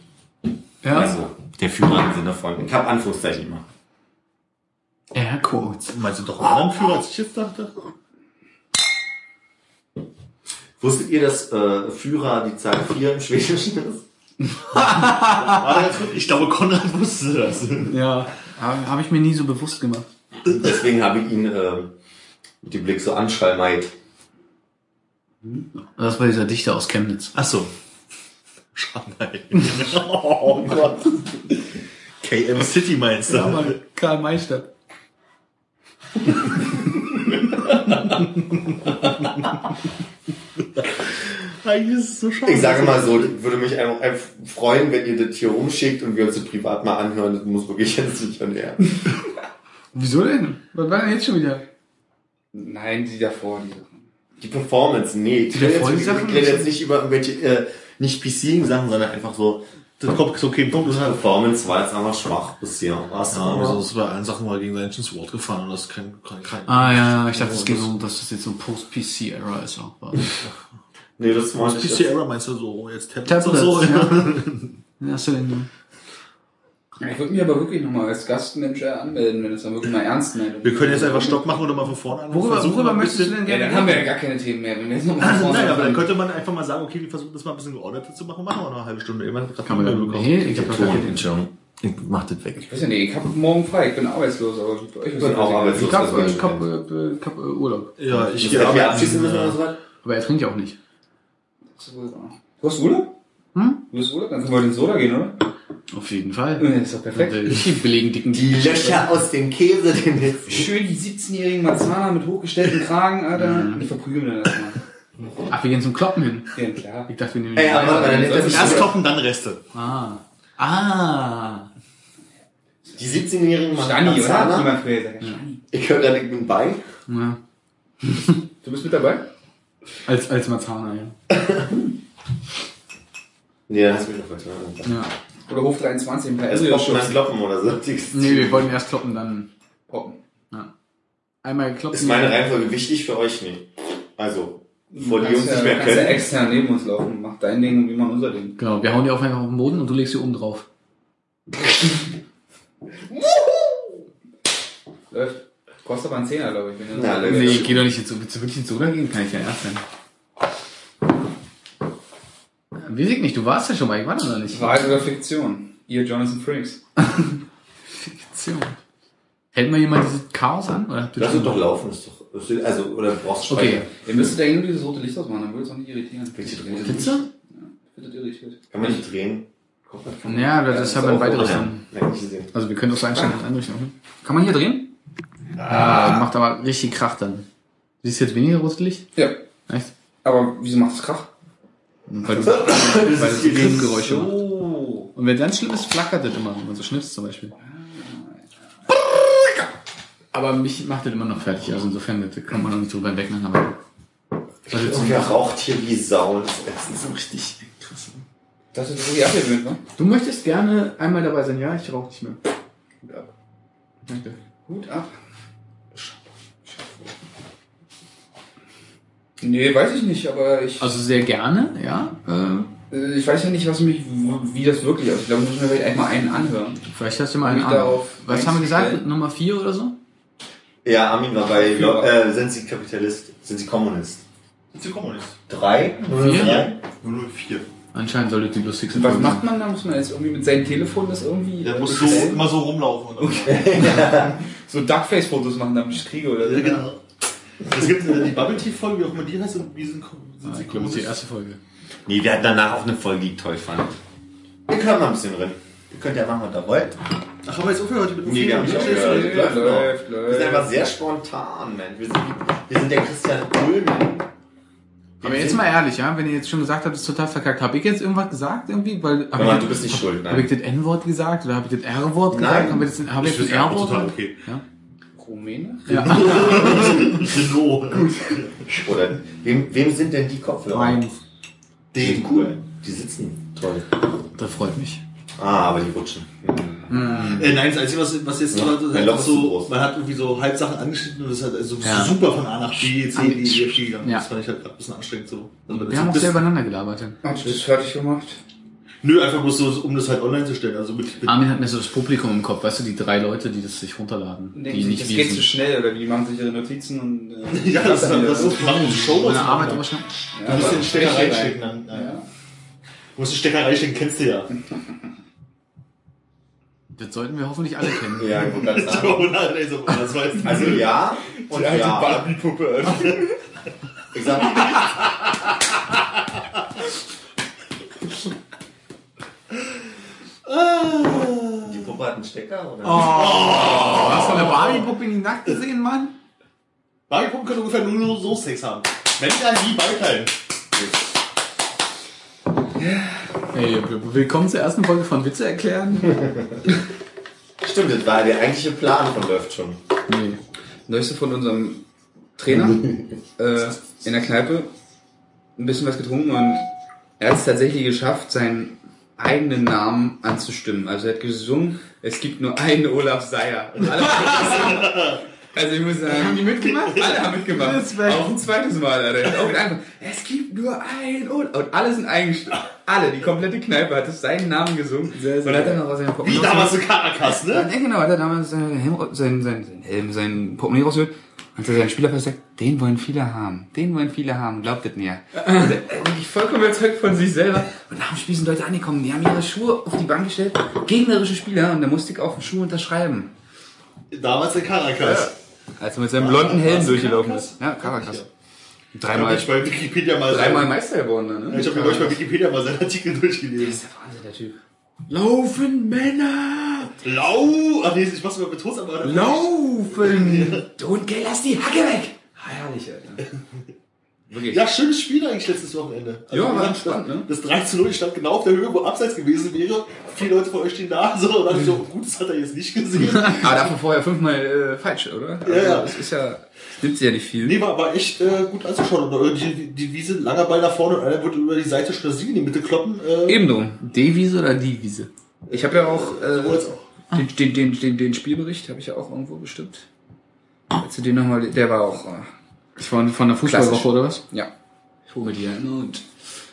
Ja. Also, der Führer im Sinne von, ich habe Anführungszeichen immer. Airquotes. Meinst du doch einen anderen Führer, als ich jetzt dachte? Wusstet ihr, dass äh, Führer die Zahl 4 im Schwedischen ist? Ah, Warte ganz kurz, Ich glaube, Konrad wusste das. Ja, habe hab ich mir nie so bewusst gemacht. Deswegen habe ich ihn äh, mit dem Blick so anschallmeit. Das war dieser Dichter aus Chemnitz. Ach so. Schade. oh Gott. KM City meinst du? Ja, Mann, Karl Meister. Eigentlich ist es so schade. Ich sage mal so, das würde mich einfach, einfach freuen, wenn ihr das hier rumschickt und wir uns das privat mal anhören. Das muss wirklich jetzt nicht an der. Wieso denn? Was war denn jetzt schon wieder? Nein, die davor, die Sachen. Die Performance, nee. Ich Die rede jetzt, Folgesachen? ich rede jetzt nicht über irgendwelche, äh, nicht PC-Sachen, sondern einfach so. Das kommt zu keinem Punkt. Das ist halt Performance war jetzt einfach schwach bisher. Was ja, aber sonst ist bei allen Sachen mal gegen seinen Wort gefahren und das ist kein, kein, kein Ah ja, ja, ich dachte, es geht so, dass das jetzt so Post-PC-Era ist auch. Nee, das war Was nicht. PC Error meinst du so? Jetzt Tablets, und Tablets, so? ja. Ja, Hast du denn? Ich würde mich aber wirklich nochmal als Gastmensch äh, anmelden, wenn es dann wirklich mal ernst meint. Wir können jetzt einfach Stopp machen oder mal von vorne anfangen. Worüber, Versuchen worüber mal ein möchtest du bisschen- denn Ja, gerne? dann haben wir ja gar keine Themen mehr. Wenn wir jetzt noch mal Also, nein, aber dann anfangen. könnte man einfach mal sagen, okay, wir versuchen das mal ein bisschen geordneter zu machen. Machen wir noch eine halbe Stunde. Irgendwann hat gerade Kann man eine ja- E-Mail bekommen. Nee, ich hab doch gar keine- Entschuldigung. Ich mach das weg. Ich weiß ja nicht, ich habe morgen frei, ich bin arbeitslos, aber für euch ist bin das auch egal. arbeitslos. Ich hab, ich hab, äh, ich hab äh, Urlaub. Ja, ich Ich gehe hätte wir arbeiten. abschließen müssen oder so was? Aber er trinkt ja auch nicht. Das ist wohl wahr. Du hast Urlaub? Hm? Du hast Urlaub? Dann können wir in den Soda gehen, oder? Auf jeden Fall. Ja, ist doch perfekt. Die billigen dicken Die Löcher aus dem Käse, den jetzt. Schön die 17-jährigen Marzahner mit hochgestellten Kragen, Alter. Mhm. Ich verprügeln wir das mal. Ach, wir gehen zum Kloppen hin. Ja, klar. Ich dachte, wir nehmen Ey, aber aber dann hätte Erst ich toppen, dann Reste. Ah. Ah. Die 17-jährigen Stani, oder? Marzahner. Niemand will sagen, Stani. Ich höre gerade, ich bin bei. Ja. Du bist mit dabei? Als, als Marzana, ja. Nee, dann hast du mich noch verstanden. ja. Oder Hof 23 ein paar Erst poppen, dann Embryoschubsen. kloppen oder so. Die- Nee, wir wollen erst kloppen, dann Poppen. einmal kloppen. Ist meine Reihenfolge wichtig für euch? Nee. Also, vor die Kannst Jungs ja- nicht mehr kannst ja können. extern neben uns laufen. Mach dein Ding, wie man unser Ding. Genau, wir hauen die auf einfach auf den Boden und du legst sie oben drauf. Läuft. Kostet aber einen Zehner, glaube ich. wenn du- Na, Leute. Nee, ich geh doch nicht jetzt so. Willst du wirklich ins Soda gehen? Kann ich ja erst sein. Weiß ich nicht, du warst ja schon mal, ich war da noch nicht. Wahrheit oder Fiktion? Ihr Jonathan Frakes. Fiktion. Hält mal jemand dieses Chaos an? Oder habt ihr Lass schon- uns doch laufen, ist doch. ist- Also, oder du brauchst Okay. Speicher. Ihr müsstet da irgendwie dieses rote Licht ausmachen, dann würde es auch nicht irritieren. Willst du Ja. drehen? Pizza? Wird irritiert. Kann man nicht drehen? Oh, Ja, das ist aber ein weiteres Ja. dann. Nein, nicht gesehen. Also wir können das so einstellen und einrichten. ne? Kann man hier drehen? Ah, macht aber richtig Krach dann. Siehst du jetzt weniger rotes Licht? Ja, Echt? aber wieso macht es Krach? Weil du, weil das so Griffgeräusche macht. Oh. Und wenn ganz schlimm ist, flackert das immer, wenn man so schnippst zum Beispiel. Ah, Aber mich macht das immer noch fertig, also insofern das kann man noch nicht drüber hinwegarbeiten. Was jetzt Und wer raucht hier wie Sau? und ist ätzend. so richtig krass. Das ist wirklich abgewöhnt, ne? Du möchtest gerne einmal dabei sein, ja, ich rauche nicht mehr. Gut ab. Danke. Gut ab. Nee, weiß ich nicht, aber ich, Also sehr gerne, ja. Äh, äh, ich weiß ja nicht, was mich, wie das wirklich aussieht. Ich glaube, ich muss mir vielleicht einmal einen anhören. vielleicht hast du mal einen Mich Ahnung. darauf Was haben wir gesagt? einzustellen. Nummer 4 oder so? Ja, Armin war bei, Ja. äh, sind Sie Kapitalist? Sind Sie Kommunist? Ist ja Kommunist. Drei? Null, Vier? drei? 004. Anscheinend solltet die lustigste Was Folge macht man da? Muss man jetzt irgendwie mit seinem Telefon das irgendwie. Der muss so, bestellen? immer so rumlaufen. so Duckface-Fotos machen, damit ich es kriege oder so. ne? Ja, genau. Es gibt äh, die Bubble Tea Folge, wie auch immer die heißt, und wie sind, sind sein. Ah, sie ich glaube, das ist die Kommunisten. erste Folge. Nee, wir hatten danach auch eine Folge, die ich toll fand. Wir können mal ein bisschen drin. Ihr könnt ja machen, was ihr wollt. Ach, haben wir jetzt aufgehört heute mit dem Nee, wir haben Film? nicht Ja, aufgehört. ja, läuft noch. läuft, Wir sind läuft. einfach sehr spontan, Mensch. Wir sind, wir sind der Christian Ulmen. Aber jetzt mal ehrlich, ja, wenn ihr jetzt schon gesagt habt, es ist total verkackt, habe ich jetzt irgendwas gesagt irgendwie? Weil, hab Mann, ich- du bist nicht schuld, nein. Habe ich das N-Wort gesagt oder habe ich das R-Wort gesagt? Nein. Habe ich das- habe ich Ich das finde es R-Wort? total gesagt? okay. Ja. Rumäne? ja. Genau. Oder wem, wem sind denn die Kopfhörer? Meins. Die sind cool. Die sitzen toll. Das freut mich. Ah, aber die rutschen. Mhm. Äh, nein, das Einzige, was, was jetzt Ja, war, das mein Loch einfach ist zu so, groß. man hat irgendwie so Halbsachen angeschnitten und das hat also Ja. super von A nach B, C, D, E, F, G gegangen. Ja. Das fand ich halt grad ein bisschen anstrengend so. Also das- Wir haben auch das- sehr übereinander gelabert. ja. Hab ich das fertig gemacht? Nö, einfach bloß so, um das halt online zu stellen. Also mit, Ah. mit Armin hat mir so das Publikum im Kopf, weißt du, die drei Leute, die das sich runterladen, Denken die sich, nicht das lesen. geht zu schnell oder wie die machen sich ihre Notizen und. Äh, ja, das, das, dann das wieder. ist machen Show Meine Arbeit immer schnell. Ja, Du musst den aber- Stecker Stecherei. reinstecken. Dann, ja. Ja. Du musst den Stecker reinstecken, kennst du ja. Das sollten wir hoffentlich alle kennen. Ja, ich wollte gerade sagen. Oh nein, ey, so, das war jetzt- Also ja und Die alte ja. Barbie-Puppe. Ich sag, Ah. die Puppe hat einen Stecker, oder? Oh. Hast du eine Barbie-Puppe in die Nackt gesehen, Mann? Barbie-Puppen können ungefähr nur so Sex haben. Wenn dann die Balkan. Hey, w- willkommen zur ersten Folge von Witze erklären. Stimmt, das war der eigentliche Plan von Löft schon. Nee. Neueste von unserem Trainer äh, in der Kneipe ein bisschen was getrunken und er hat es tatsächlich geschafft, seinen eigenen Namen anzustimmen. Also er hat gesungen, es gibt nur einen Olaf Seyer. Und alle haben gesungen. also ich muss sagen, Haben die mitgemacht? alle haben mitgemacht. Respekt. Auch ein zweites Mal, Alter. Er hat Auch mit einfach, es gibt nur einen Olaf. Und alle sind eingestimmt. Alle, die komplette Kneipe hat es seinen Namen gesungen. Sehr, sehr und hat geil. dann noch aus seinem Wie damals in Caracas, ne? ja, genau, hat er damals seinen Helm, seinen, seinen, seinen Helm, seinen Portemonnaie rausgeholt. Hat er seinen Spielerpass gesagt, den wollen viele haben, den wollen viele haben, glaubt das mir. Und er- er Wirklich vollkommen überzeugt von sich selber. Und nach dem Spiel sind Leute angekommen, die haben ihre Schuhe auf die Bank gestellt, gegnerische Spieler, und da musste ich auf den Schuh unterschreiben. Damals in Caracas. Als er mit seinem blonden Helm was, durchgelaufen Caracas? ist. Ja, Caracas. Ich hab Dreimal, mich bei Wikipedia mal dreimal Meister geworden, dann, ne? Ich habe mir bei Wikipedia mal seinen Artikel durchgelesen. Das ist der Wahnsinn, der Typ. Laufen, Männer! Lau! Ach nee, ich mach's mal mit Toast, aber. Laufen! Don't gay, lass die Hacke weg! Herrlich, Alter. Wirklich. Ja, schönes Spiel eigentlich letztes Wochenende. Also Ja, wir war haben spannend, ne? Das 3 zu 0 stand genau auf der Höhe, wo abseits gewesen wäre. Viele Leute von euch stehen da so und dachten so, oh gut, das hat er jetzt nicht gesehen. Aber dafür vorher fünfmal äh, falsch, oder? Also, ja. Es ist ja, es nimmt sie ja nicht viel. nee, war aber echt äh, gut anzuschauen. Und äh, die, die Wiese, langer Ball nach vorne und einer wird über die Seite Strasil in die Mitte kloppen. Äh, Eben drum. D-Wiese oder D-Wiese? Ich habe ja auch Sowohl äh, als auch. Ah. den, den, den, den, den Spielbericht habe ich ja auch irgendwo bestimmt. Als du den nochmal, der war auch, äh, Ich war von der Klassisch. Fußballwoche oder was? ja. Ich hole mir die dann und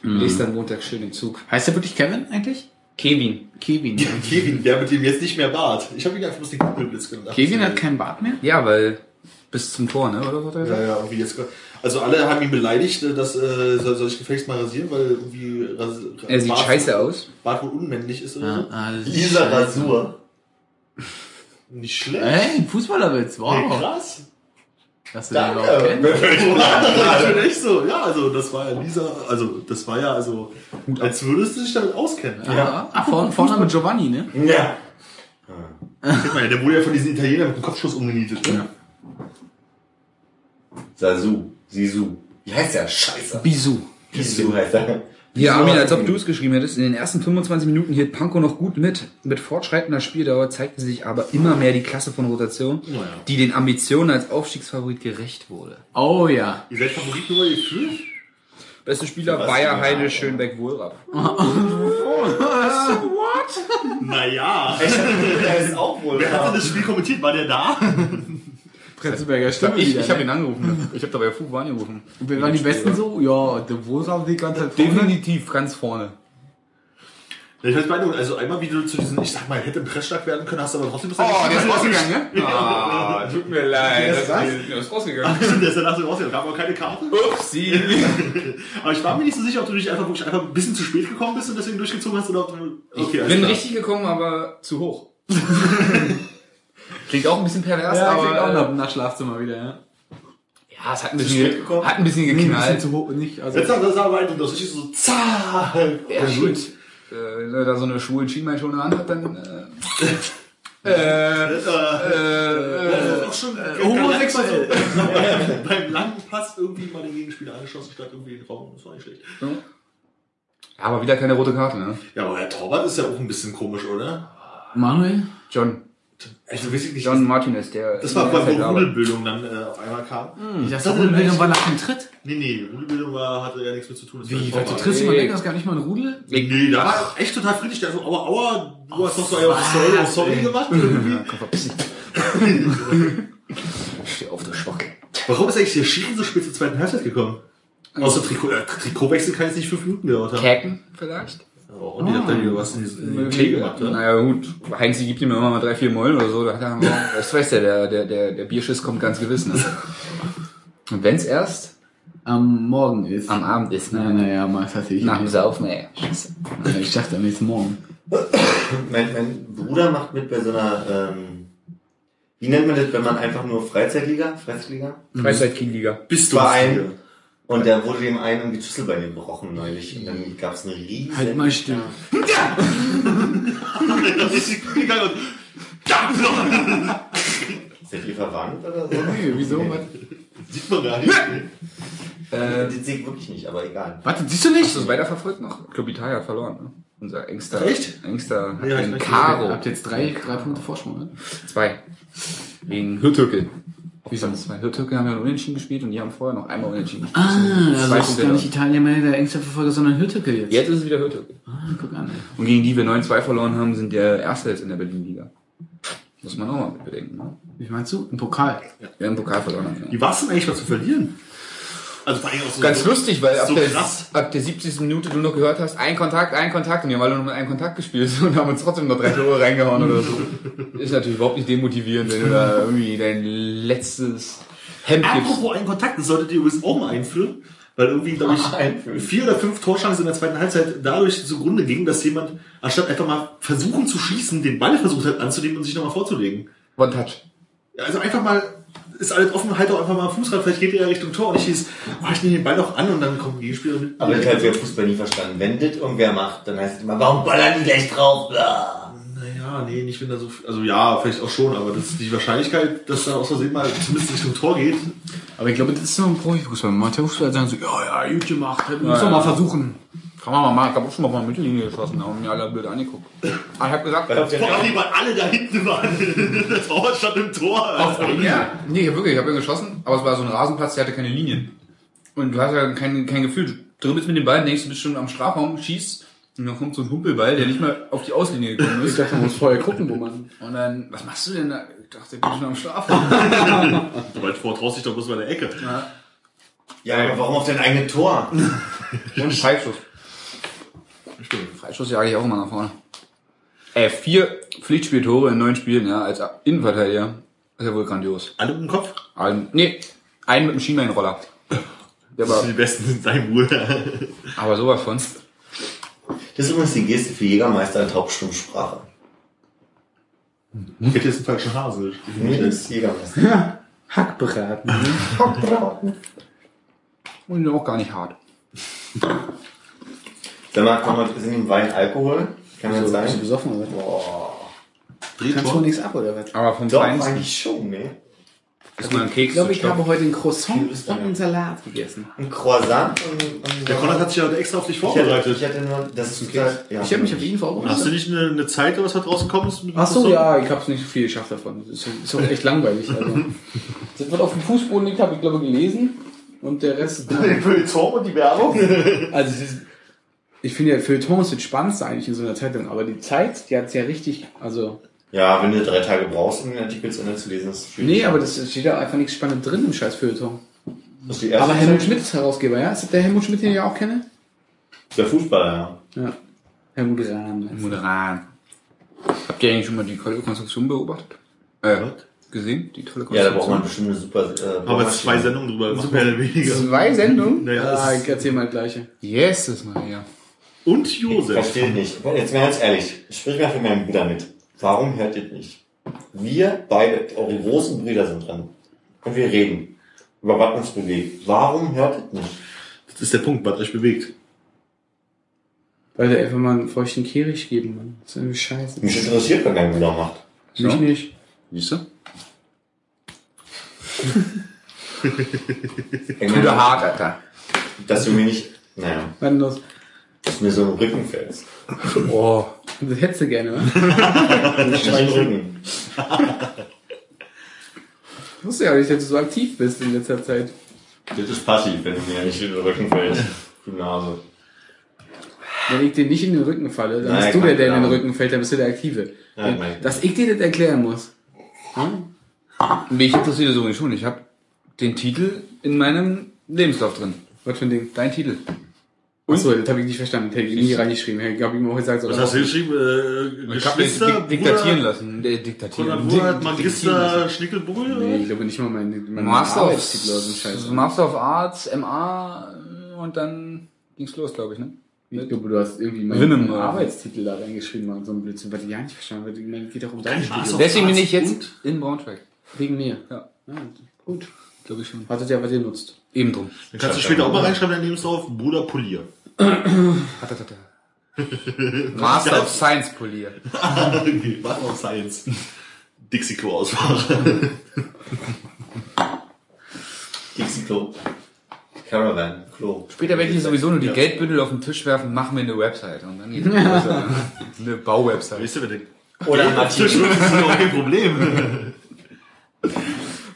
lese dann Montag schön im Zug. Heißt der wirklich Kevin eigentlich? Kevin. Kevin. Kevin, der mit dem jetzt nicht mehr Bart. Ich habe ihn einfach bloß den Kugelblitz genannt. Kevin hat keinen Bart mehr? Ja, weil bis zum Tor, ne? Oder was hat er gesagt? Ja, ja, irgendwie jetzt. Also alle haben ihn beleidigt, äh, dass äh, soll, soll ich gefälligst mal rasieren, weil irgendwie ras, Er sieht Bart- scheiße aus. Bart wohl unmännlich ist oder so. Ah, ah, das ist Lisa scheiße. Rasur. Nicht schlecht. Ey, ein Fußballerwitz, Ey, wow. krass. Dass du den Danke. überhaupt kennst. Natürlich so. Ja, also das war ja Lisa, also das war ja, also als würdest du dich damit auskennen. Ja. Ah, vorne, vorne mit Giovanni, ne? Ja. Guck mal, der wurde ja von diesen Italienern mit dem Kopfschuss umgenietet. Ne? Sasu. Sisu. Wie heißt der? Scheiße. Bisou. Sisu heißt er. Hier, Sisu Armin, heißt als ob er. du es geschrieben hättest, in den ersten 25 Minuten hielt Panko noch gut mit. Mit fortschreitender Spieldauer zeigte sich aber immer mehr die Klasse von Rotation, die den Ambitionen als Aufstiegsfavorit gerecht wurde. Oh ja. Ihr seid Favorit nur gefühlt? Beste Spieler Sebastian Bayer Heide Haber. Schönbeck Wohlrab. Naja. Der ist auch wohl. Wer hat da. denn das Spiel kommentiert? War der da? Prenzlberger Stimme wieder, ne? ihn angerufen. Ich habe dabei Fubu angerufen. Und wir waren die Besten so? Ja, der Wosa die ganze Zeit vorne. Definitiv ganz vorne. Ich weiß meine, also einmal wie du zu diesen, ich sag mal, hätte ein Pressschlag werden können, hast du aber Oh, trotzdem rausgegangen, ne? Ah, tut mir leid. das war's? ist, das ist rausgegangen. Der ist danach so rausgegangen, gab auch keine Karte. Upsi. Aber ich war mir nicht so sicher, ob du dich einfach wirklich einfach ein bisschen zu spät gekommen bist und deswegen durchgezogen hast oder ob du. Okay, Bin richtig gekommen, aber zu hoch. klingt auch ein bisschen pervers, Ja, klingt auch aber nach, nach Schlafzimmer wieder, ja. ja, es hat ein bisschen- spät gekommen? hat ein bisschen geknallt. zu hoch, nicht, also. Jetzt hat das aber ein das richtig so zahl. Ja, gut. Äh, wenn er da so eine schwulen Schienbein schon an hat, dann. Äh, äh, äh, äh, Das ist auch schon äh, homosexuell. beim, beim langen Pass irgendwie mal den Gegenspieler angeschossen statt irgendwie in den Raum. Das war nicht schlecht. aber wieder keine rote Karte, ne? Ja, aber der Torwart ist ja auch ein bisschen komisch, oder? Manuel? John. Also weiß ich nicht. John Martinez, der. das war bei der wo Arbeit. Rudelbildung dann äh, auf einmal kam. Ich dachte, Das hat Rudelbildung echt- war nach dem Tritt. Nee, nee, Rudelbildung war, hatte ja nichts mit zu tun. Das war Wie, ein weil du Torwart. triffst immer Nee. Ding, das gab nicht mal ein Rudel? Nee, da war echt total friedlich. Der so, aua, aua, du hast noch so ja, sorry, sorry gemacht. Irgendwie. Komm, verpiss dich. Steh auf, du Schrock. Warum ist eigentlich der Schiri so spät zur zweiten Halbzeit gekommen? Außer Trikot, äh, Trikotwechsel kann jetzt nicht fünf Minuten gedauert haben. Käken vielleicht? Oh, die hat da hier was in den Tee gemacht, ne? Naja gut, Heinz gibt ihm immer mal drei, vier Mollen oder so. Da hat er, immer- das weiß der, der, der, der, der Bierschiss kommt ganz gewiss. Ne? Und wenn's erst Am Morgen ist. am Abend ist, Na, ne? naja, mal was ich. Nach dem Saufen, ey. Äh, Ich dachte am nächsten Morgen. Mein, mein Bruder macht mit bei so einer, ähm, wie nennt man das, wenn man einfach nur Freizeitliga, Freizeitliga? Mhm. Freizeitkingliga. Bist Verein. Und da wurde dem einen irgendwie die Schlüsselbein gebrochen neulich. Und dann gab's eine riesen... Halt mal still. Das ist gegangen und Seid ihr verwandt oder so? Nee, wieso? sieht man gar nicht. Äh. Das sehe ich wirklich nicht, aber egal. Warte, siehst du nicht? Hast du es weiterverfolgt noch? Club Italia hat verloren, ne? Unser engster. Echt? Engster hat Ja, ich gegen weiß nicht. Caro. Habt ihr jetzt drei, drei Punkte Vorsprung, ne? Zwei. Gegen Hürtürkel. Wieso? Zwei Hürtürkel haben ja unentschieden gespielt und die haben vorher noch einmal unentschieden gespielt. Ah, also Zwei ist Punkte gar nicht da. Italien mehr der engste Verfolger, sondern Hütteke jetzt. Jetzt ist es wieder Hürtürkel. Ah, guck an. ey. Und gegen die wir 9-2 verloren haben, sind der Erste jetzt in der Berlin-Liga. Muss man auch mal bedenken. Ne? Wie meinst du? Ein Pokal. Wir haben den Pokal verloren. haben, Ja. Wie war's denn eigentlich mal zu verlieren? Also vor allem auch so. Ganz lustig, weil ab, So der, krass. ab der 70. Minute du noch gehört hast, ein Kontakt, ein Kontakt und wir haben alle nur mit einem Kontakt gespielt und haben uns trotzdem noch drei Tore reingehauen oder so. Ist natürlich überhaupt nicht demotivierend, wenn du da irgendwie dein letztes Hemd gibst. Apropos einen Kontakt, das solltet ihr übrigens auch mal einführen, weil irgendwie, glaube ich, vier oder fünf Torchancen in der zweiten Halbzeit dadurch zugrunde gingen, dass jemand, anstatt einfach mal versuchen zu schießen, den Ball versucht hat anzunehmen und sich nochmal vorzulegen. One touch. Ja, Also einfach mal, ist alles offen, halt doch einfach mal am Fuß ran, vielleicht geht ihr ja Richtung Tor und ich schieß, oh, ich nehme den Ball noch an und dann kommt ein Gegenspieler mit. Aber das hat wer Fußball nie verstanden. Wenn das irgendwer macht, dann heißt es immer, warum ballern die gleich drauf? Bla. Naja, nee, nicht wenn da so, viel- also ja, vielleicht auch schon, aber das, die Wahrscheinlichkeit, dass da aus Versehen mal zumindest Richtung Tor geht, Aber ich glaube, das ist so ein Profifußball. Amateurfußball sagen so, ja, ja, gut gemacht, müssen Ja, wir ja. mal versuchen. Kann man mal machen. Ich habe auch schon mal von der Mittellinie geschossen, da haben mir alle Bilder angeguckt. Ah, ich habe gesagt, vor allem, weil alle da hinten waren, das Tor stand im Tor. ja, nee, wirklich, ich habe ihn geschossen, aber es war so ein Rasenplatz, der hatte keine Linien. Und du hast ja kein, kein Gefühl. Du dribbelst mit dem Ball, denkst, du bist schon am Strafraum, schießt und dann kommt so ein Humpelball, der nicht mal auf die Auslinie gekommen Ich ist. dachte, man muss vorher gucken, wo man. Und dann, was machst du denn da? Ich dachte, ich bin schon am Strafraum. Weil Tor traust dich doch bloß bei der Ecke. Ja, aber warum auf dein eigenes Tor? Und Freischuss. Freischuss jage ich auch immer nach vorne. Ey, vier Pflichtspieltore in neun Spielen, ja, als Innenverteidiger. Ist ja wohl grandios. Alle im Kopf? Ein, nee, einen mit dem Schienbeinroller. Der Das war, sind die Besten sind sein Bruder. aber sowas von. Das ist übrigens die Geste für Jägermeister in Taubstummsprache. Ich hätte jetzt einen falschen Hase. Nee, das ist Jägermeister. Hackbraten. Und auch gar nicht hart. Sag mal, komm mal, ist in dem Wein Alkohol? Kann das Bist du sein? besoffen oder was? Boah. Kannst du nichts ab oder was? Aber vom Doch, Feinsten. eigentlich schon, ne? Ist mal ein Keks Ich glaube, zu ich Stoff. habe heute ein Croissant und ja. einen Salat gegessen. Ein Croissant und... und Der Konrad hat sich ja heute extra auf dich ich hatte, ich vorbereitet. hatte nur... Das ist ein Ja. Ich habe mich auf ihn Hast du vorbereitet. nicht eine, eine Zeit, was da draus gekommen ist? mit dem Ach so, Croissant? ja, ich habe es nicht so viel geschafft davon. Das ist, ist auch echt langweilig. Also. Das, was auf dem Fußboden liegt, habe ich glaube gelesen. Und der Rest. Den Feuilleton und die Werbung? Also es ist, ich finde ja, Feuilleton ist das Spannendste eigentlich in so einer Zeitung, aber die Zeit, die hat's ja richtig, also, Ja, wenn du drei Tage brauchst, um den Artikel zu Ende zu lesen, ist es schwierig. nee, aber das es steht ja einfach nichts Spannendes drin im scheiß Feuilleton. Das ist die erste Aber Helmut Zeit. Schmidt ist halt Herausgeber, ja? Ist das der Helmut Schmidt, den ich auch kenne? Der Fußballer, ja. Ja. Helmut Rahn. Moderat. Habt ihr eigentlich schon mal die tolle Konstruktion beobachtet? Äh, gesehen? Die tolle Ja, da Konstruktion? braucht man bestimmt eine super. Äh, Haben wir jetzt zwei Bohrmaschine. Sendungen drüber gemacht, mehr oder weniger. Zwei Sendungen? Naja, Ah, das ich ist- erzähl mal das gleiche. Yes, ist mal ja. und Ich Josef. verstehe nicht. Jetzt mal ganz ehrlich, ich sprich mal für meinen Bruder mit. Warum hört ihr nicht? Wir beide, eure großen Brüder sind dran. Und wir reden. Über was uns bewegt. Warum hört ihr nicht? Das ist der Punkt, was euch bewegt. Weil der einfach mal einen feuchten Kehricht geben, Mann. Das ist irgendwie scheiße. Mich interessiert, was mein Bruder macht. Mich nicht. Siehst du? Ich Bruder meine, hart, Alter. dass du mir nicht, naja, Wann los? dass du mir so im Rücken fällst. Oh. Das hättest du gerne, oder? Nicht mein Rücken. Ich wusste ja nicht, dass du so aktiv bist in letzter Zeit. Das ist passiv, wenn du mir nicht in den Rücken fällst. Die Nase. Wenn ich dir nicht in den Rücken falle, dann Nein, bist du der, kann der in den klar. Rücken fällt, dann bist du der Aktive. Nein, nein. Dass ich dir das erklären muss. Hm? Mich interessiert das übrigens schon. Ich habe den Titel in meinem Lebenslauf drin. Was für ein Ding? Dein Titel. Achso, das habe ich nicht verstanden. Hätte ich nie reingeschrieben. Ich habe ihm auch gesagt, so, oh, Was hast du geschrieben? Äh, Ich habe mich Geschwister, dik diktatieren Bruder, lassen. Äh, diktatieren. Konrad Dik- Murat, diktieren Magister, lassen. Schnickelbummel? Nee, oder? ich glaube nicht mal meine, meine Master of, Arbeitstitel oder so ein Scheiß. Master of Arts, MA und dann ging's los, glaube ich, ne? Ich glaube, du hast irgendwie meinen Winnem, oder? Arbeitstitel da reingeschrieben und so ein Blödsinn, was ich ja nicht verstanden habe. Ich meine, es geht doch um dein Studium. Deswegen bin ich jetzt in Braunschweig. Wegen mir. Ja. ja gut. Glaube ich schon. Hattet ihr, was ihr nutzt. Eben drum. Dann kannst du später auch mal reinschreiben, dein Lebenslauf, Bruder Polier. Ratatata. Master of Science Polier. okay, warte auf Science. Dixie-Klo ausfahrer Dixie-Klo. Caravan, Klo. Später werde ich sowieso nur die Geldbündel auf den Tisch werfen, machen wir eine Website und dann geht's los. Also, Eine Bauwebsite. Weißt du, wenn du Oder Martin. Tisch ist das auch kein Problem.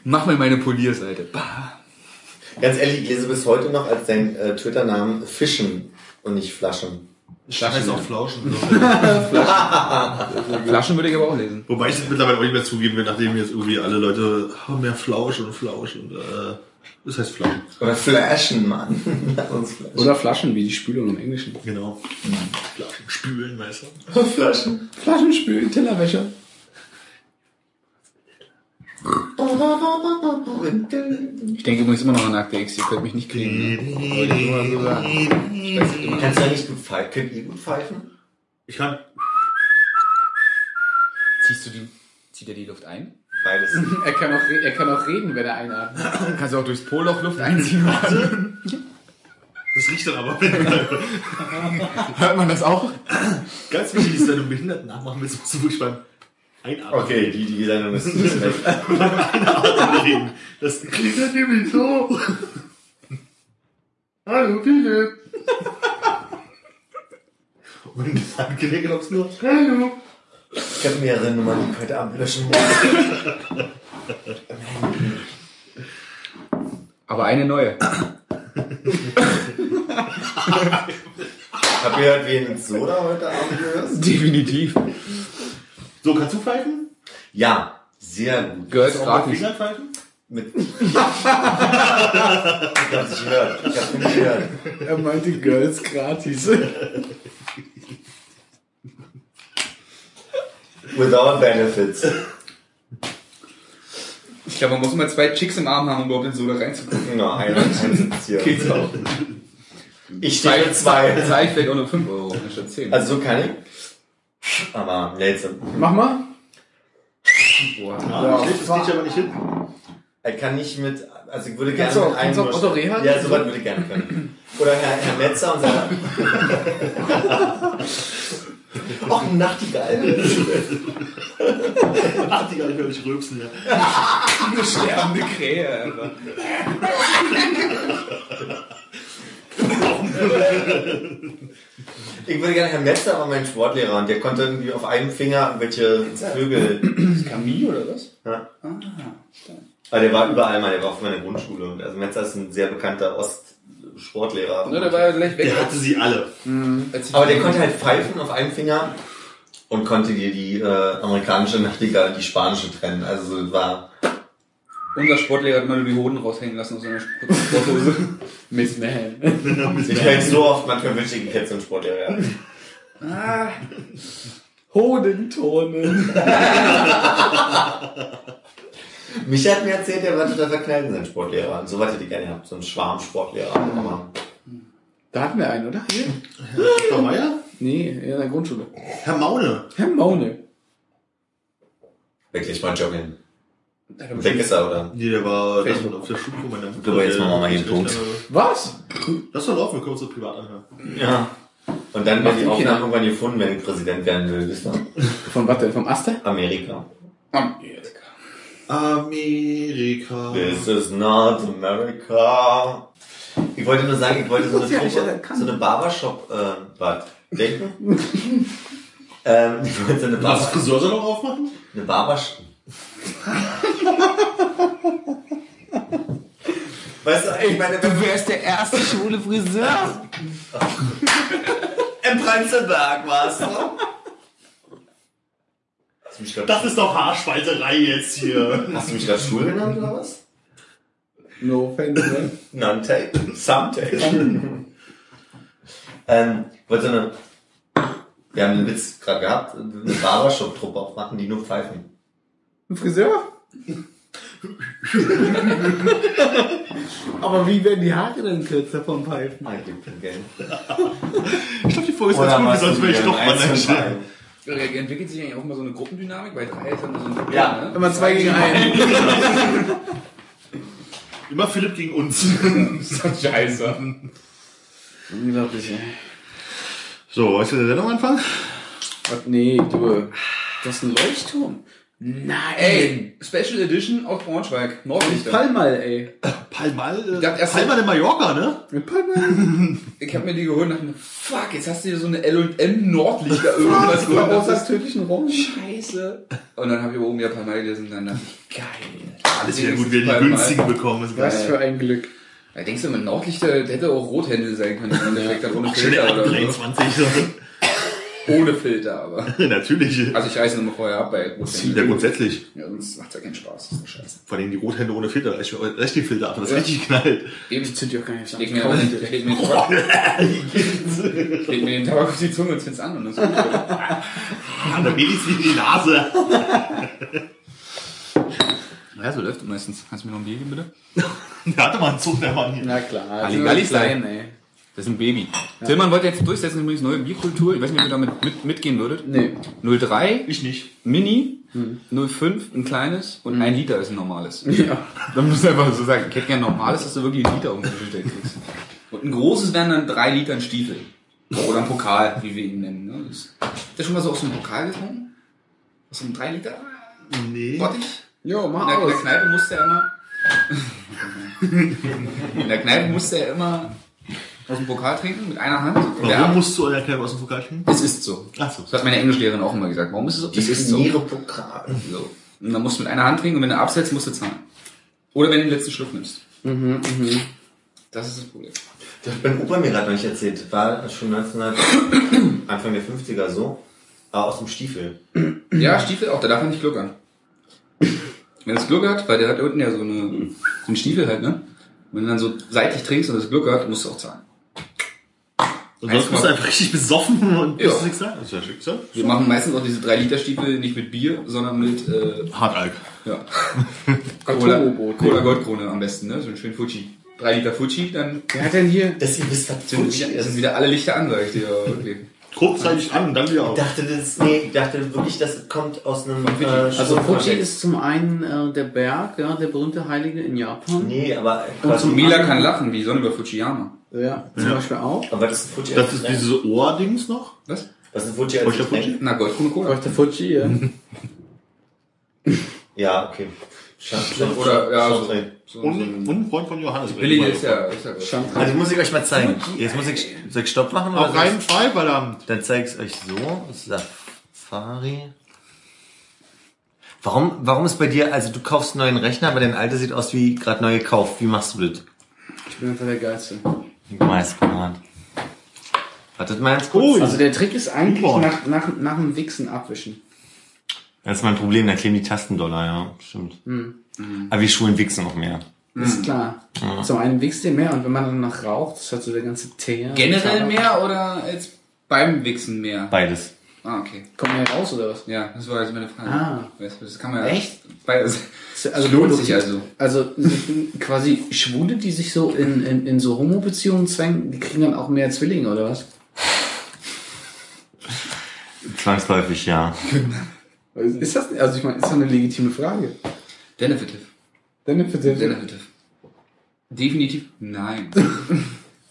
Mach mir meine Polierseite. Bah. Ganz ehrlich, ich lese bis heute noch als dein äh, Twitter-Namen Fischen und nicht Flaschen. Scheiß auf Flauschen. Flaschen würde ich aber auch lesen. Wobei ich das mittlerweile auch nicht mehr zugeben will, nachdem jetzt irgendwie alle Leute oh, mehr Flausch und Flausch und äh, das heißt Flausch. Oder Flaschen, Mann. Lass uns Flaschen. Oder Flaschen, wie die Spülung im Englischen. Genau. Flauschen. Spülen, weißt du? Flaschen. Flaschenspül, Tellerwäscher. Ich denke übrigens immer noch an Akte X, ihr könnt mich nicht kriegen. Ne? Wollte ich nur mal so sagen. Ich weiß nicht, Kannst du ja nicht gut pfeifen? Könnt ihr gut pfeifen? Ich kann. Ziehst du die, zieht er die Luft ein? Beides. Er kann auch, re- er kann auch reden, wenn er einatmet. Kannst du auch durchs Poloch Luft einziehen? Das riecht dann aber. wenn- Hört man das auch? Ganz wichtig ist, wenn du Behinderten nachmachen willst, musst du wirklich beim Einatmen Okay, die, die Sendung ist ist weg. reden. Das klingt dann nämlich so. Hallo, Philipp. Und das Handgelenk glaubst nur. Hallo. Ich habe mehrere Nummern, die ich heute Abend löschen muss. Aber eine neue. Habt ihr gehört, wen Soda heute Abend hörst? Definitiv. So, kannst du pfeifen? Ja, sehr gut. Girls Auch mit gratis. Fingern pfeifen? Mit ich hab's nicht gehört. Ich hab's nicht gehört. Er meinte Girls gratis. Without benefits. Ich glaube, man muss immer zwei Chicks im Arm haben, um überhaupt in Soda reinzukommen. Genau, ein, eins ist hier. Geht's auch. Ich stehe für zwei. Zwei fällt auch nur 5 Euro, nicht statt 10. Also so kann ich. Aber ja, jetzt. Mach mal. Boah. Ah, das geht ja aber nicht hin. Ich kann nicht mit. Also ich würde Kannst gerne du mit auch- kannst du auch nur- Otto Rehhagel? Ja, sowas würde ich gerne können. Oder Herr, Herr Metzer und seiner. Och, ein Nachtigall. Ach, Digga, ich höre mich rülpsen. Ja. Eine sterbende Krähe, Alter. Ich würde gerne Herr Metzer war mein Sportlehrer und der konnte irgendwie auf einem Finger welche Vögel. Camille oder was? Ja. Ah. Aber der war überall mal, der war auf meiner Grundschule. Und Also Metzer ist ein sehr bekannter Ostsportlehrer. Ne, der war ja gleich weg. Der hatte sie alle. Als ich- Aber der konnte halt pfeifen auf einem Finger und konnte dir die äh, amerikanische Nachtigall und die spanische trennen. Also es war. Unser Sportlehrer hat mal nur die Hoden raushängen lassen aus seiner Sporthose. Miss Mahan. Ich höre jetzt so oft, manchmal wünsche ich, ich hätte so einen Sportlehrer. gehabt. Ah. Hodenturnen. Mich hat mir erzählt, er war total verknallt in seinen Sportlehrer. Und so was hätte ich gerne gehabt, so einen Schwarm-Sportlehrer. Aber Da hatten wir einen, oder? Hier? Dr. Meier? Nee, in der Grundschule. Herr Maune. Herr Maune. wirklich mal joggen. Da hat er Weg ist er, oder? Nee, der war das war auf der Schule meiner Mutter. So, jetzt der- machen wir mal hier einen Punkt. Was? Lass doch laufen, wir können uns das privat anhören. Ja. Und dann werden die den Kindern. Aufnahmen irgendwann gefunden, wenn ich Präsident werden will, wisst ihr? Von was denn? Vom Aster? Amerika. Amerika. This is not America. Ich wollte nur sagen, ich wollte so eine, Ja, ich Truppe, erkannt. so eine Barbershop, äh, was? Denken? ähm, ich wollte so eine Lass das Barbershop, Friseursalon aufmachen? eine Barbershop. Weißt du, ich meine, Du wärst der erste schwule Friseur. im Prenzlberg warst du. Hast du mich grad- Das ist doch Haarspalterei jetzt hier. Hast du mich gerade schwul genannt oder was? No offense, ne? Non-tape. Some-tape. Ähm, wollte so eine, wir haben einen Witz gerade gehabt, eine Barbershop-Truppe aufmachen, die nur pfeifen. Ein Friseur? Aber wie werden die Haare denn kürzer vom Pfeifen? Ah, gibt kein Geld. Ich glaube, die Folge ist ganz gut, sonst wäre ich doch mal einstellen. Entwickelt sich eigentlich auch mal so eine Gruppendynamik? Bei drei ist dann so ein Ja, ne? Immer zwei gegen einen. Immer Philipp gegen uns. ist doch scheiße. Unglaublich, ey. So, weißt du der Sendung anfangen? Was? Nee, du. Das ist ein Leuchtturm. Nein. Ey, Special Edition auf Braunschweig. Nordlichter. Palmal, ey. Palmal, äh, dachte erst- Palmal in Mallorca, ne? Palmal. Ich hab mir die geholt und dachte mir, fuck, jetzt hast du hier so eine L&M Nordlichter irgendwas geholt. Aus Das das ist tödlichen Orange. scheiße. Und dann hab ich oben wieder Palmal gelesen und dann dachte ich, geil. Alles wieder gut, wir haben die Palmal. günstigen bekommen. Ist Was geil. für ein Glück. Da denkst du, mit Nordlichter der hätte auch Rothändel sein können. Im Endeffekt hat ohne Schnell Filter ab oder so. 23. so. Ohne Filter, aber. Natürlich. Also ich reiße nochmal vorher ab bei Rothändel. Ja, grundsätzlich. Ja, sonst macht's ja keinen Spaß. Das ist doch scheiße. Vor allem die Rothände ohne Filter. Echt, echt die Filter ab, das ist richtig knallt. Eben Ich zünd die auch gar nicht leg mir, an. leg mir, den Tabak, leg mir den Tabak auf die Zunge und zünd's an und das ist gut. Ah, da geht es in die Nase. Ja, so läuft meistens. Kannst du mir noch ein Bier geben, bitte? Da hatte man einen Zug, der Mann hier. Na klar. Halligalli klein, ey. Das ist ein Baby. Tillmann wollte jetzt durchsetzen, übrigens neue Bierkultur. Ich weiß nicht, ob ihr damit mit, mitgehen würdet. Nee. 03, Ich nicht. Mini, 05, ein kleines und ein Liter ist ein normales. Ja. Dann musst du einfach so sagen, ich hätte gerne ein normales, dass du wirklich einen Liter umgestellt kriegst. Und ein großes wären dann drei Liter ein Stiefel. Oder ein Pokal, wie wir ihn nennen. Ne? Das ist Habt ihr schon mal so aus so einem Pokal getrunken? Aus so einem 3 Liter Nee. Bottich? Jo, In mach der, in der aus. Kneipe musste er immer. in der Kneipe musste er immer aus dem Pokal trinken mit einer Hand. Und Warum der musst du euer Kneipe aus dem Pokal trinken? es ist so. Achso. Das hat meine Englischlehrerin auch immer gesagt. Warum ist es so? Es ist so. Pokal. so. Und dann musst du mit einer Hand trinken und wenn du absetzt, musst du zahlen. Oder wenn du den letzten Schluck nimmst. Mhm, Das ist das Problem. Das hat mein Opa mir gerade noch nicht erzählt. War schon 1900, Anfang der 50er so. Aber aus dem Stiefel. Ja, Stiefel auch, da darf er nicht gluckern. Wenn es gluckert, weil der hat unten ja so, eine, so einen Stiefel halt, ne? Wenn du dann so seitlich trinkst und es gluckert, musst du auch zahlen. Und sonst bist du einfach richtig besoffen und Ja. musst nichts sagen. Das ist ja schick, so. Wir machen meistens auch diese 3-Liter-Stiefel nicht mit Bier, sondern mit äh, Hartalk. ja, Cola, Kartonbrot. Cola Goldkrone am besten, ne? So einen schönen Fuji. 3 Liter Fuji, dann Wer hat denn hier? Dass ihr wisst, was sind, wieder- sind ist. wieder alle Lichter an, sag ich dir. aber wirklich. Kurzzeitig an, dann wieder Ich auf. dachte, das, nee, ich dachte wirklich, das kommt aus einem... äh, Von Fidschi. Also Schmuck- Fuji ist zum einen äh, der Berg, ja, der berühmte Heilige in Japan. Nee, aber... Und zum- Mila kann lachen, wie die Sonne über Fujiyama. Ja, zum Beispiel auch. aber das ist Fuji. Das ist diese Ohrdings noch. Was? Das ist Fuji Wollt als ihr Fuji? Getränk. Na, Goldkrone Cola. Leuchte Fuji, ja. Ja, okay. Schade. Oder, ja, so, Schade. so, so Und, ein und ein Freund von Johannes. Billy ist ja, ist ja gut. Shanghai. Also muss ich euch mal zeigen. Jetzt muss ich, soll ich Stopp machen? Auf soll ich- keinen Fall, verdammt. Dann zeige ich es euch so. Safari. Warum, warum ist bei dir, also du kaufst einen neuen Rechner, aber dein alter sieht aus wie gerade neu gekauft. Wie machst du das? Ich bin einfach der Geilste. Meist parat. Wartet mal ganz kurz. Also der Trick ist eigentlich Super. nach, nach, nach dem Wichsen abwischen. Das ist mein Problem, da kleben die Tasten doller, ja. Stimmt. Aber wir schulen Wichsen noch mehr. Ist klar. Zum einen wichst ihr mehr und wenn man dann noch raucht, das hat so der ganze Teer. Generell mehr oder als beim Wichsen mehr? Beides. Ah, okay. Kommt mehr raus oder was? Ja, das war jetzt meine Frage. Ah. Weißt du, das kann man ja. Echt? Beides. Also lohnt sich also. Also quasi Schwule, die sich so in, in, in so Homo-Beziehungen zwängen, die kriegen dann auch mehr Zwillinge oder was? Zwangsläufig, ja. Ist das, also ich meine, ist das eine legitime Frage? Benefitive. Deine für Tiffany. Benefitive. Definitiv nein.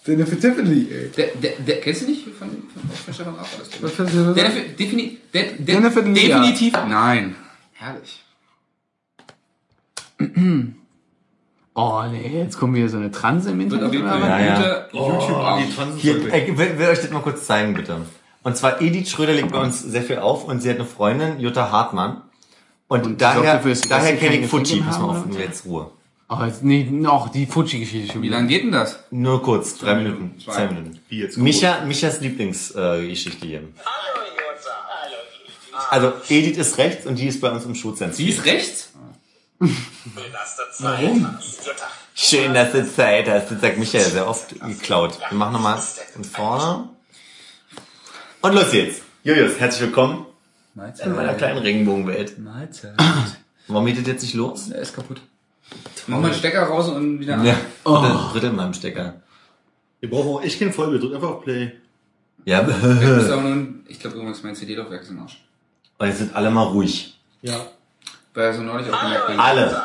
Deine für Tiffany, ey. der, der, der, kennst du nicht von, von, von Stefan Raab? war das, glaub ich. Deine Denefi- defini- de- de- Benefit nicht, ja. Definitiv nein. Herrlich. Oh nee, jetzt kommen wir so eine Transe im Wird Internet. auf jeden Fall Ja, ein ja. guter YouTube-Abend. Hier, äh, ich will, will euch das mal kurz zeigen, bitte. Und zwar Edith Schröder legt bei uns sehr viel auf und sie hat eine Freundin, Jutta Hartmann. Und, sorgt daher, dafür, dass die daher Gäste kenne ich keine Fuji. Getränke Pass mal haben, auf, oder? jetzt Ruhe. Aber Oh, jetzt, nee, noch die Fuji-Geschichte schon Wie wieder. lange geht denn das? Nur kurz, drei Minuten, Minuten, zwei. zwei Minuten. Wie jetzt kurz? Micha, Michas Lieblingsgeschichte äh, Geschichte hier. Also Edith ist rechts und die ist bei uns im Schutzentrum. Die ist rechts? Warum? Schön, dass du Zeit hast. Das sagt Michael sehr oft geklaut. Wir machen nochmal von vorne. Und los jetzt. Julius, herzlich willkommen in meiner Mahlzeit. kleinen Regenbogenwelt. Mahlzeit. Warum geht das jetzt nicht los? Der ist kaputt. Mach mal den Stecker raus und wieder an. Ja. Oh. Das Ritter in meinem Stecker. Wir brauchen auch echt kein Vollbild. Drück einfach auf Play. Ja. Ich, muss Und auch nun- ich glaube übrigens mein CD-Laufwerk ist im Arsch. jetzt sind alle mal ruhig. Ja. Weil so neulich auch gemerkt bin. Alle.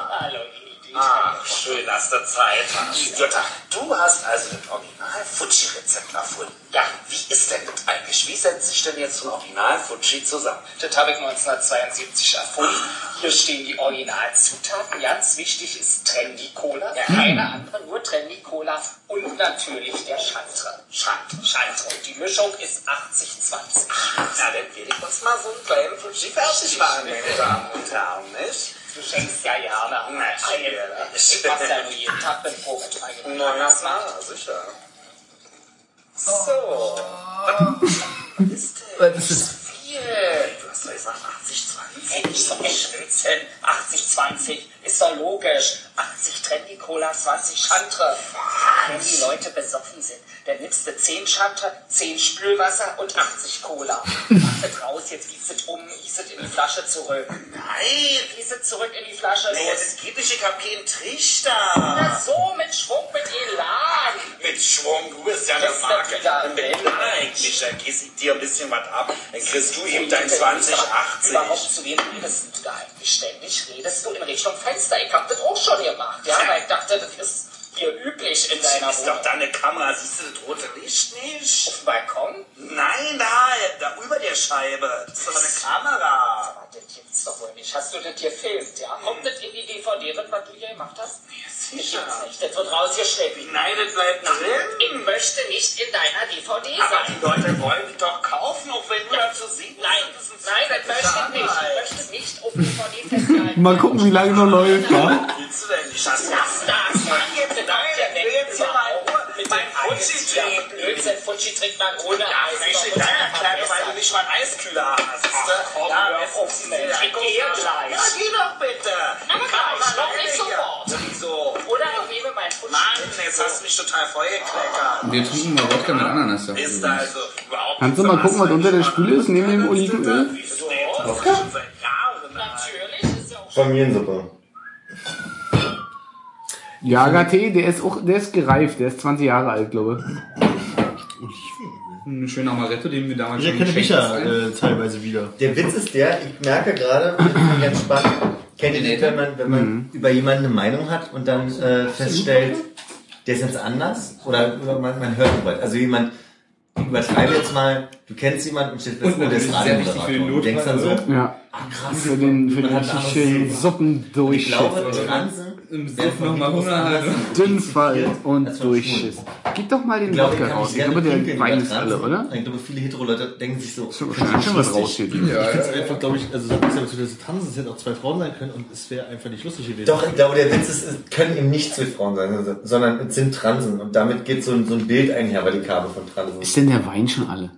Ah, schön aus der Zeit. Jutta, du hast also das original futschi rezept erfunden. Ja, wie ist denn das eigentlich? Wie setzt sich denn jetzt so ein original futschi zusammen? Das habe ich 1972 erfunden. Hier stehen die Originalzutaten. Ganz wichtig ist Trendy Cola. Ja, keine andere, nur Trendy Cola und natürlich der Schantre. Schant, Schantre. Und die Mischung ist 80-20. Na, dann will ich uns mal so einen kleinen Futschi fertig machen, meine Damen und Herren, nicht? Du schenkst ja gerne an. Ich mach's ja nur jeden Tag mit Brotfeigen. Na, na, na, sicher. So. Was ist denn? Das ist viel. Du hast doch gesagt 80, 20. Hey, ich soll echt Blödsinn. 80, 20 ist doch logisch. 80 Trendy Cola, 20 Chantre. Wenn die Leute besoffen sind, dann nimmst du 10 Chantre, 10 Spülwasser und 80 Cola. Mach das raus, jetzt gießt es um, gießt es in die Flasche zurück. Nein! Gießt es zurück in die Flasche. Naja, das geht nicht, ich hab keinen Trichter. Na so, mit Schwung, mit Elan. Mit Schwung, du bist ja eine eine Marke. Marke. Mit eigentlich, dann gieß ich dir ein bisschen was ab, dann kriegst du ihm Und dein wenn du 20, Überhaupt 80. zu wem redest du da eigentlich? Ständig redest du in Richtung Fenster. Ich hab das auch schon gemacht, ja, weil ich dachte, das ist hier üblich in deiner Ist doch Wohnung. da eine Kamera, siehst du das rote Licht nicht? Auf dem Balkon? Nein, da, da über der Scheibe. Das ist doch eine Kamera. Aber das gibt's doch wohl nicht. Hast du das hier filmt, ja? Kommt das in die DVD drin, was du hier gemacht hast? Nee, sicher. Das gibt's nicht. Das wird rausgeschnitten. Nein, das bleibt drin. Ich möchte nicht in deiner DVD Aber sein. die Leute wollen die doch kaufen, auch wenn du dazu siehst. Nein, nein, das möchte ich nicht. Ich möchte es nicht auf DVD festhalten. Mal gucken, wie lange noch läuft, ja? Willst du denn nicht? Hast du Lass das! Mann, ihr bedauert ja weg! Jetzt mal auf mit meinem Futschi-Trick! Blödsinn, Futschi-Trick mal ohne Eis. Nicht in deiner Kleine, weil du nicht mal einen Eiskühler hast. Ach, komm, ja, hör wer auf, ist Mensch, diese ich geh Einkaufsflasche? gleich. Ja, geh doch bitte. Na, Die gleich, Kamera doch nicht läuft hier. sofort. Sowieso. Oder ich nehme meinen Mann, Futschi-Trick. jetzt hast du mich total vollgekleckert. Wir trinken mal Wodka mit Ananas. Ja. Ist also überhaupt Kannst du mal gucken, was unter der Spüle ist, neben dem Olivenöl? Natürlich ist ja auch Familiensuppe. Jagertee, der ist auch, der ist gereift, der ist 20 Jahre alt, glaube ich. Ein schöner Amaretto, den wir damals Ich erkenne mich geschenkt ja äh, haben. teilweise wieder. Der Witz ist der, ich merke gerade, ich bin ganz spannend, kennt ihr das, wenn man, wenn man über jemanden eine Meinung hat und dann äh, feststellt, der ist jetzt anders oder oder man, man hört über, also jemand, ich übertreibe jetzt mal, du kennst jemanden und stellst fest, Und oh, der ist natürlich sehr wichtig Radiomoderator. für den Du denkst dann so, Notfall, Ja. ah krass, Für den, für man den hat richtig anderes schönen Thema. Suppen Ich glaube, durchschissen. Transen, Im Suff nochmal Hunger hat. Dünnfall Das und war durchschiss. Gib doch mal ich den glaube, ich Wodka kann mich raus. Ich sehr glaube, der pinkeln Wein über ist alle, Transen. oder? Ich glaube, viele Hetero-Leute denken sich so, "Hm, Schon schon was raus hier. Ich finde es einfach, glaube ich, also sagt es ja beziehungsweise tanzen, es hätten auch zwei Frauen sein können und es wäre einfach nicht lustig gewesen. Doch, ich glaube, der Witz ist, es können eben nicht zwei Frauen sein, sondern es sind Transen. Und damit geht so ein, so ein Bild einher, weil die Kabel von Transen. Ist denn der Wein schon alle?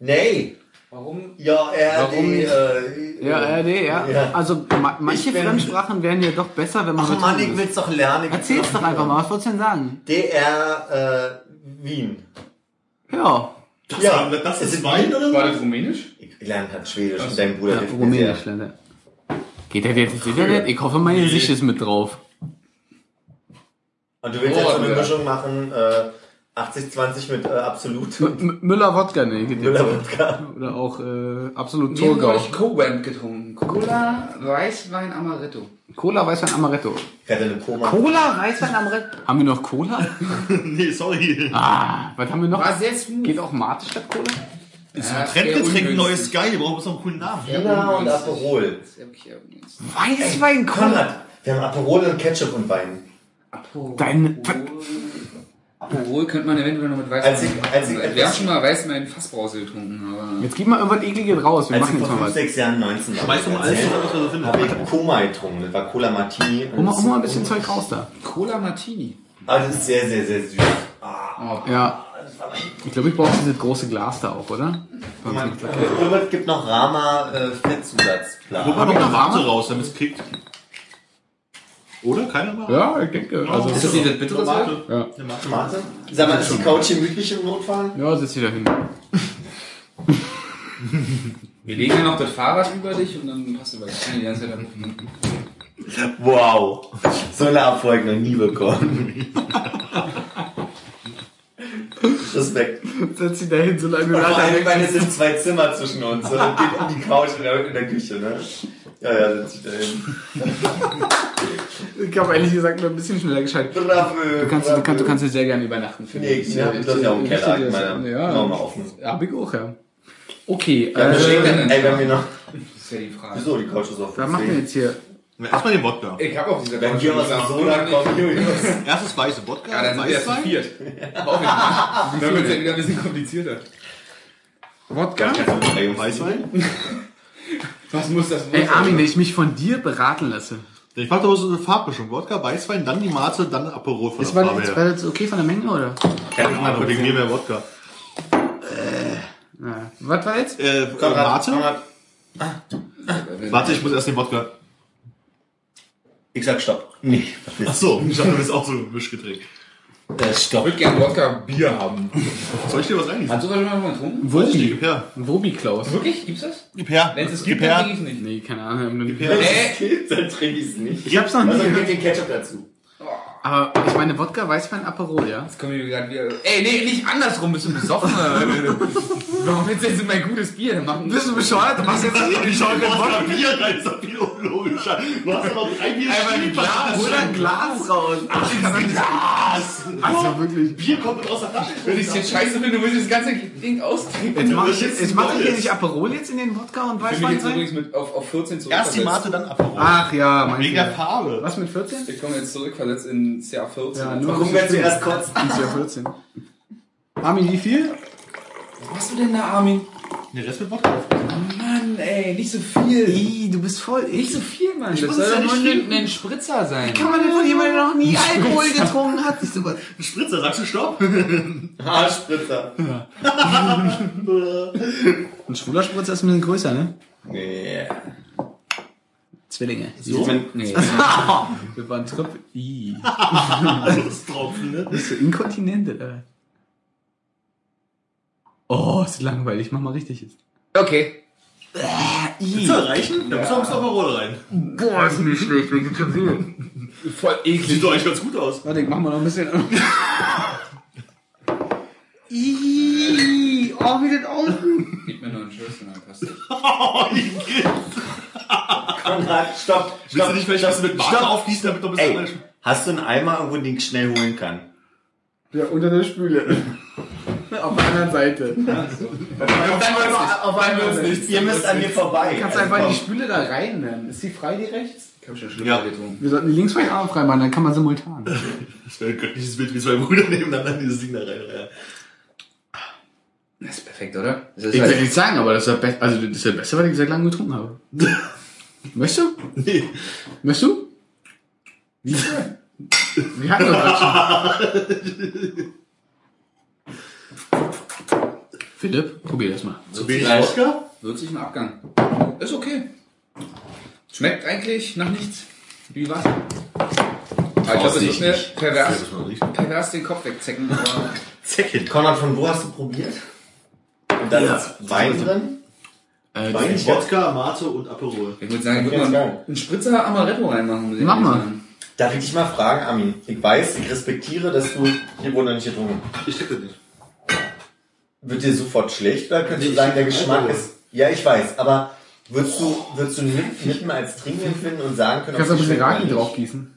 Nee! Warum? Ja, RD, Warum nicht? äh, Ja, äh. RD, ja. Ja. Also ma manche Ich bin- Fremdsprachen werden ja doch besser, wenn man Ach Mann, betrunken ich ist. will's doch lernen. ich will's Erzähl's doch einfach mal, was wolltest du denn sagen? DR, äh, Wien. Ja. Das das ist Wein oder äh, War das rumänisch? Ich lerne halt Schwedisch und dein Bruder Ja, hilft mir Rumänisch, sehr. Länder. Geht der jetzt ins Internet? Ich hoffe, mein Gesicht ist mit drauf. Und du willst jetzt so eine Oh, ja. Mischung machen, äh, 80-20 mit äh, Absolut und M Müller Wodka, ne? geht jetzt so. Müller-Wodka. Oder auch äh, absolut Wir haben Torgau. neulich Co-Wamp getrunken. Cola, Weißwein, Amaretto. Cola, Weißwein, Amaretto. Ich hatte eine Koma. Cola, Weißwein, Amaretto. Haben wir noch Cola? Nee, sorry. Ah, was haben wir noch? War sehr smooth. Geht auch Mate statt Cola? Ist Ja, ein sehr Trendgetränk, ungünstig. neues Sky, wir brauchen bloß noch einen coolen Namen. Cola und Aperol. Das ist ja wirklich eher ungünstig. Weißwein, Cola. Konrad, wir haben Aperol und Ketchup und Wein. Dein... Aperol könnte man eventuell noch mit Weißwein Als ich- machen. als ich Wir haben etwas- schon mal Weißwein in Fassbrause getrunken, aber... Jetzt gib mal irgendwas Ekliges raus. Wir Als machen ich jetzt vor mal 5, was. 6 Jahren 19 war, Schmeiß doch mal alles raus, was wir so finden. habe ich Koma getrunken. Das war Cola Martini. Hol mal, Und- hol mal ein bisschen Zeug raus da. Cola Martini. Ah, das ist sehr, sehr, sehr süß. Ja. Ich glaube, ich brauche dieses große Glas da auch, oder? Man, Robert gibt noch Rama äh, Hol mal Fettzusatzplan. noch Hab ich eine noch Warte Arme? raus, damit es kickt. Oder? Keiner mal? Ja, ich denke. Also, Ist das nicht das halt? bittere Zeug? Tomate. ja. Eine Mate. Tomate? Sag mal, ist die Couch gemütlich im Notfall? ja, sitz wieder hin. Wir legen dir noch das Fahrrad über dich und dann passt du, weil ich kann die ganze Zeit Wow. So eine Abfolge noch nie bekommen. Respekt. Setz sie dahin, solange du Und vor allem, nachher ich meine, es sind zwei Zimmer zwischen uns. Und es geht um die Couch in der, in der Küche, ne? Ja, ja, setz dich da hin. Ich glaube ehrlich gesagt nur ein bisschen schneller geschaltet. Bravo, Du kannst, du kannst, du kannst hier sehr gerne übernachten, finde äh, Nee, ich hab das ja auch im Ich- ich- Keller, ich- ich meine, Ja, machen wir offen. Äh, Hab ich auch, ja. Okay, Ja, wir äh, schicken- stehen- Ey, wir haben hier noch... Das ist ja die Frage. Wieso, die Couch ist auf was machen wir jetzt hier? Erstmal den Wodka. Ich hab auf dieser Wenn Couch hier was am geschlafen. Soda kommt, Julius. Erstes weiße Wodka, Ja, dann sind wir erst zu Weißwein. viert. Dann wird's ja wieder ein bisschen komplizierter. Wodka? Weißwein? Was muss das? Ey, Armin, wenn ich mich von dir beraten lasse. Ich mach doch so eine Farbmischung. Wodka, Weißwein, dann die Marze, dann Aperol von Ist der war, Farbe das, her. Ah, war das okay von der Menge, oder? Kann ich mal Aber kurz wegen mir sehen. mehr Wodka. Na, was war jetzt? Äh, äh, Marze? Konrad, Warte, ich muss erst den Wodka. Ich sag Stopp. Nee, Ach so, ich dachte, du bist auch so ein Mischgetränk. äh, Ich Stopp. würde gerne Wodka Bier haben. Soll ich dir was eigentlich? Hast du das schon mal getrunken? Wurzel. Gib her. Ein Wurbi-Klaus. Wirklich? Gibt's das? Gib her. Wenn es es Gib gibt, dann her. krieg ich nicht. Nee, keine Ahnung. her. Wenn es geht, dann trinke ich es nicht. Ich hab's noch nie Also gehört. geht den Ketchup dazu. Aber ich meine, Wodka, Weißwein, Aperol, ja? Jetzt kommen wir wieder. wieder- Ey, nee, nicht andersrum, bist du besoffen. Warum willst du jetzt mein gutes Bier? Dann machen Bist du bescheuert? Was jetzt Ich schau mir Wodka Bier rein, ist doch viel unlogischer. Du hast aber drei Bier stehen, Mann. Oder ein Glas raus. Ach, Glas! also wirklich. Bier kommt aus der Tasche. Wenn ich jetzt scheiße finde, muss ich das ganze Ding austrinken. Jetzt mache ich, jetzt jetzt mach ich hier Neues. nicht Aperol jetzt in den Wodka und Ich bin Weißwein jetzt rein? übrigens mit auf, auf 14 zurückversetzt. Erst die Mate, dann Aperol. Ach ja, mein Wegen der Fehler. Farbe. Ah, Was mit 14? Ich komme jetzt zurückversetzt ins Jahr 14. Ja, nur Warum werden sie erst kotzen? Ins Jahr 14. Armin, wie viel? Was machst du denn da, Armin? Den Rest mit Wodka. Mann, ey, nicht so viel. Ih, du bist voll. Ich Nicht so viel, Mann. Ich das wusste soll ja doch nur nicht ein, trinken. ein Spritzer sein. kann man denn von jemandem, der noch nie Alkohol getrunken hat? Ich so, was- Ein Spritzer, sagst du Stopp? Ah, Haarspritzer. Ein schwuler Spritzer ist ein bisschen größer, ne? Nee. Zwillinge. So? Nee. Das war ein Trip. Ih. Lusttropfen, ne? Bist du inkontinent, oder? äh. Oh, ist langweilig. Mach mal richtig jetzt. Okay. Willst du erreichen? Da muss man ein bisschen Aperol rein. Boah, ist mir schlecht. Mir geht schon viel. Voll eklig. Sieht doch eigentlich ganz gut aus. Warte, ich mach mal noch ein bisschen. Ih, oh, wie das aussieht. Gib mir noch einen Schuss und dann passt das. Konrad, stopp. Willst Stopp. du nicht vielleicht was mit Mate Stopp. aufgießen, damit noch ein bisschen Ey, hast du einen Eimer irgendwo, den ich schnell holen kann? Ja, unter der Spüle. Auf der anderen Seite. Auf einmal wird's nichts. Ihr müsst an mir vorbei. Kannst du einfach in die Spüle da reinnehmen. Ist die frei, die rechts? Ich hab schon Schluck Ja. getrunken. Wir sollten die links vielleicht auch frei machen, dann kann man simultan. Das wäre ein göttliches Bild, wie zwei Brüder nebeneinander in dieses Ding da rein. Das ist perfekt, oder? Das ist Ich will halt, nicht sagen, aber das ist, das Beste, also das ist das Beste, was ich seit langem getrunken habe. Möchtest du? Nee. Möchtest du? Wie? Wir hatten doch das schon. Philipp, probier das mal. Zu wenig Wodka? wirklich ein Abgang. Ist okay. Schmeckt eigentlich nach nichts. Wie Wasser. Aber ich glaube, das ist schnell pervers, pervers den Kopf wegzecken. Aber Zecken. Konrad, von wo hast du probiert? Und da ist Wein drin? Äh, Wein? die- Ich hab- Wodka, Mate und Aperol. ich würde sagen, ich würde mal einen Spritzer Amaretto reinmachen. muss ich Mach ehrlich mal. sagen. Darf ich dich mal fragen, Armin? Ich weiß, ich respektiere, dass du hier wurde noch nicht getrunken. Ich krieg das nicht. Wird dir sofort schlecht oder könntest du sagen, der Geschmack ist. Ja, ich weiß, aber würdest du, würdest du mit, mit mal als Trinken empfinden und sagen können, Kannst du ein es bisschen schmeckt oder Raken nicht? draufgießen?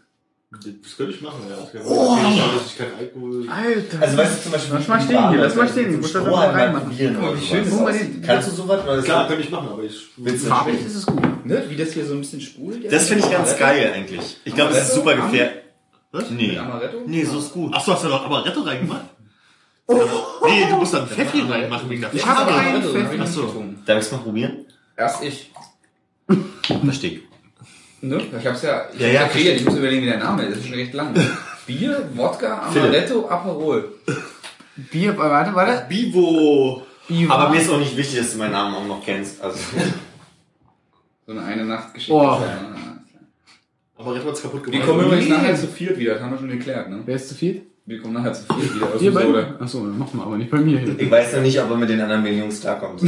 Das könnte ich machen, ja. Ich kann oh. ich kein Alkohol. Alter. Also weißt du zum Beispiel. Lass mal stehen hier, lass mal stehen. Ich muss das Strohhalm einfach mal mal reinmachen. probieren oder wie schön sowas. das aussieht. Kannst du sowas? Weil das Klar, könnte ich machen, aber ich. willst du nicht Farbig schmecken. ist es gut. Ne? Wie das hier so ein bisschen spult. Das finde ich ganz geil eigentlich. Ich glaube, das ist super gefährlich. Was? Nee. Amaretto? Nee, so ist Also, gut. Achso, hast du noch Amaretto reingemacht? Oh. Nee, du musst dann Pfeffi reinmachen wegen der Ich hab Farbe. keinen Amaretto, hab ich Pfeffer. nicht Ach so. getrunken. Darf ich es mal probieren? Erst ich. Verstehe ich. Ne? Ich hab's ja. Ich Ja, ja, hab's ja ich muss überlegen, wie der Name ist. Das ist schon recht lang. Bier, Wodka, Amaretto, Aperol. Bier, warte, warte. Bivo. Bier. Aber mir ist auch nicht wichtig, dass du meinen Namen auch noch kennst. Also, So eine eine Nacht Geschichte. Oh. Amaretto hat's kaputt Wir gemacht. kommen übrigens Nee. nachher zu viert wieder, das haben wir schon geklärt, ne? Wer ist zu viel? Wir kommen nachher zu viert wieder aus Ihr dem Soda. beiden? Achso, dann machen wir aber nicht bei mir. ich weiß noch nicht, ob er mit den anderen beiden Jungs klarkommt.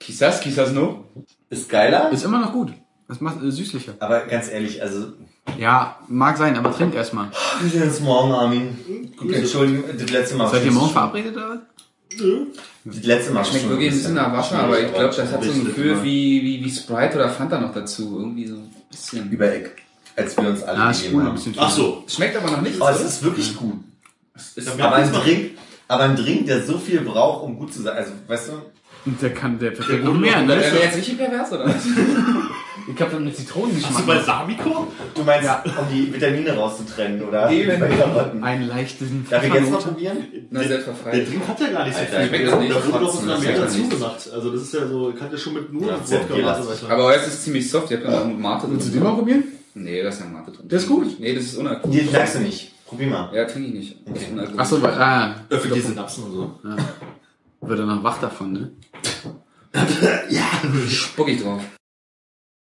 Quizás, quizás no. Ist geiler, Ist immer noch gut. Das macht äh, süßlicher. aber ganz ehrlich, also. Ja, mag sein, aber trink erstmal. Wir sehen uns morgen, Armin. Entschuldigung, das letzte Mal. Seid ihr morgen verabredet oder was? Das letzte Mal. Schmeckt wirklich ein bisschen nach Wasser, aber ich glaube, das hat halt so ein Gefühl wie. wie, wie, wie Sprite oder Fanta noch dazu. Irgendwie so ein bisschen. Über Eck. Als wir uns alle Ah, ist gegeben cool. Ein haben. bisschen Ach so. Schmeckt aber noch nichts. Oh, es oder? ist wirklich gut. Es Mhm. ist Aber ein Drink, aber ein Drink, der so viel braucht, um gut zu sein. Also, weißt du? Und Der kann, der verträgt noch mehr, ne? Äh, wär jetzt richtig pervers, oder was? Ich hab dann mit Zitronengeschmack. Balsamico? Du meinst, um die Vitamine rauszutrennen, oder? Eben. Bei Klamotten. Einen leichten Darf ich jetzt mal Pfeffernote. probieren? Na, Der selbstverfreit. Drink hat ja gar nicht so Alter, viel. schmeckt das nicht. Da wurde doch was Kotzen, mehr das schmeckt das dazu nicht. gemacht. Also das ist ja so, kann ja schon mit nur Ja, Wodka sehr viel und so Last. weiter. Aber es ist ziemlich soft, ihr habt ja noch Mate drin. Willst du den mal probieren? Nee, da ist ja Mate drin. Der ist gut. Nee, das ist unalkoholisch. Die sagst du nicht. Probier mal. Ja, trinke ich nicht. Das ist unalkoholisch. Achso, weil, ah, Öffentlich Synapsen und so. wird er noch wach davon, ne? Spuck ich drauf.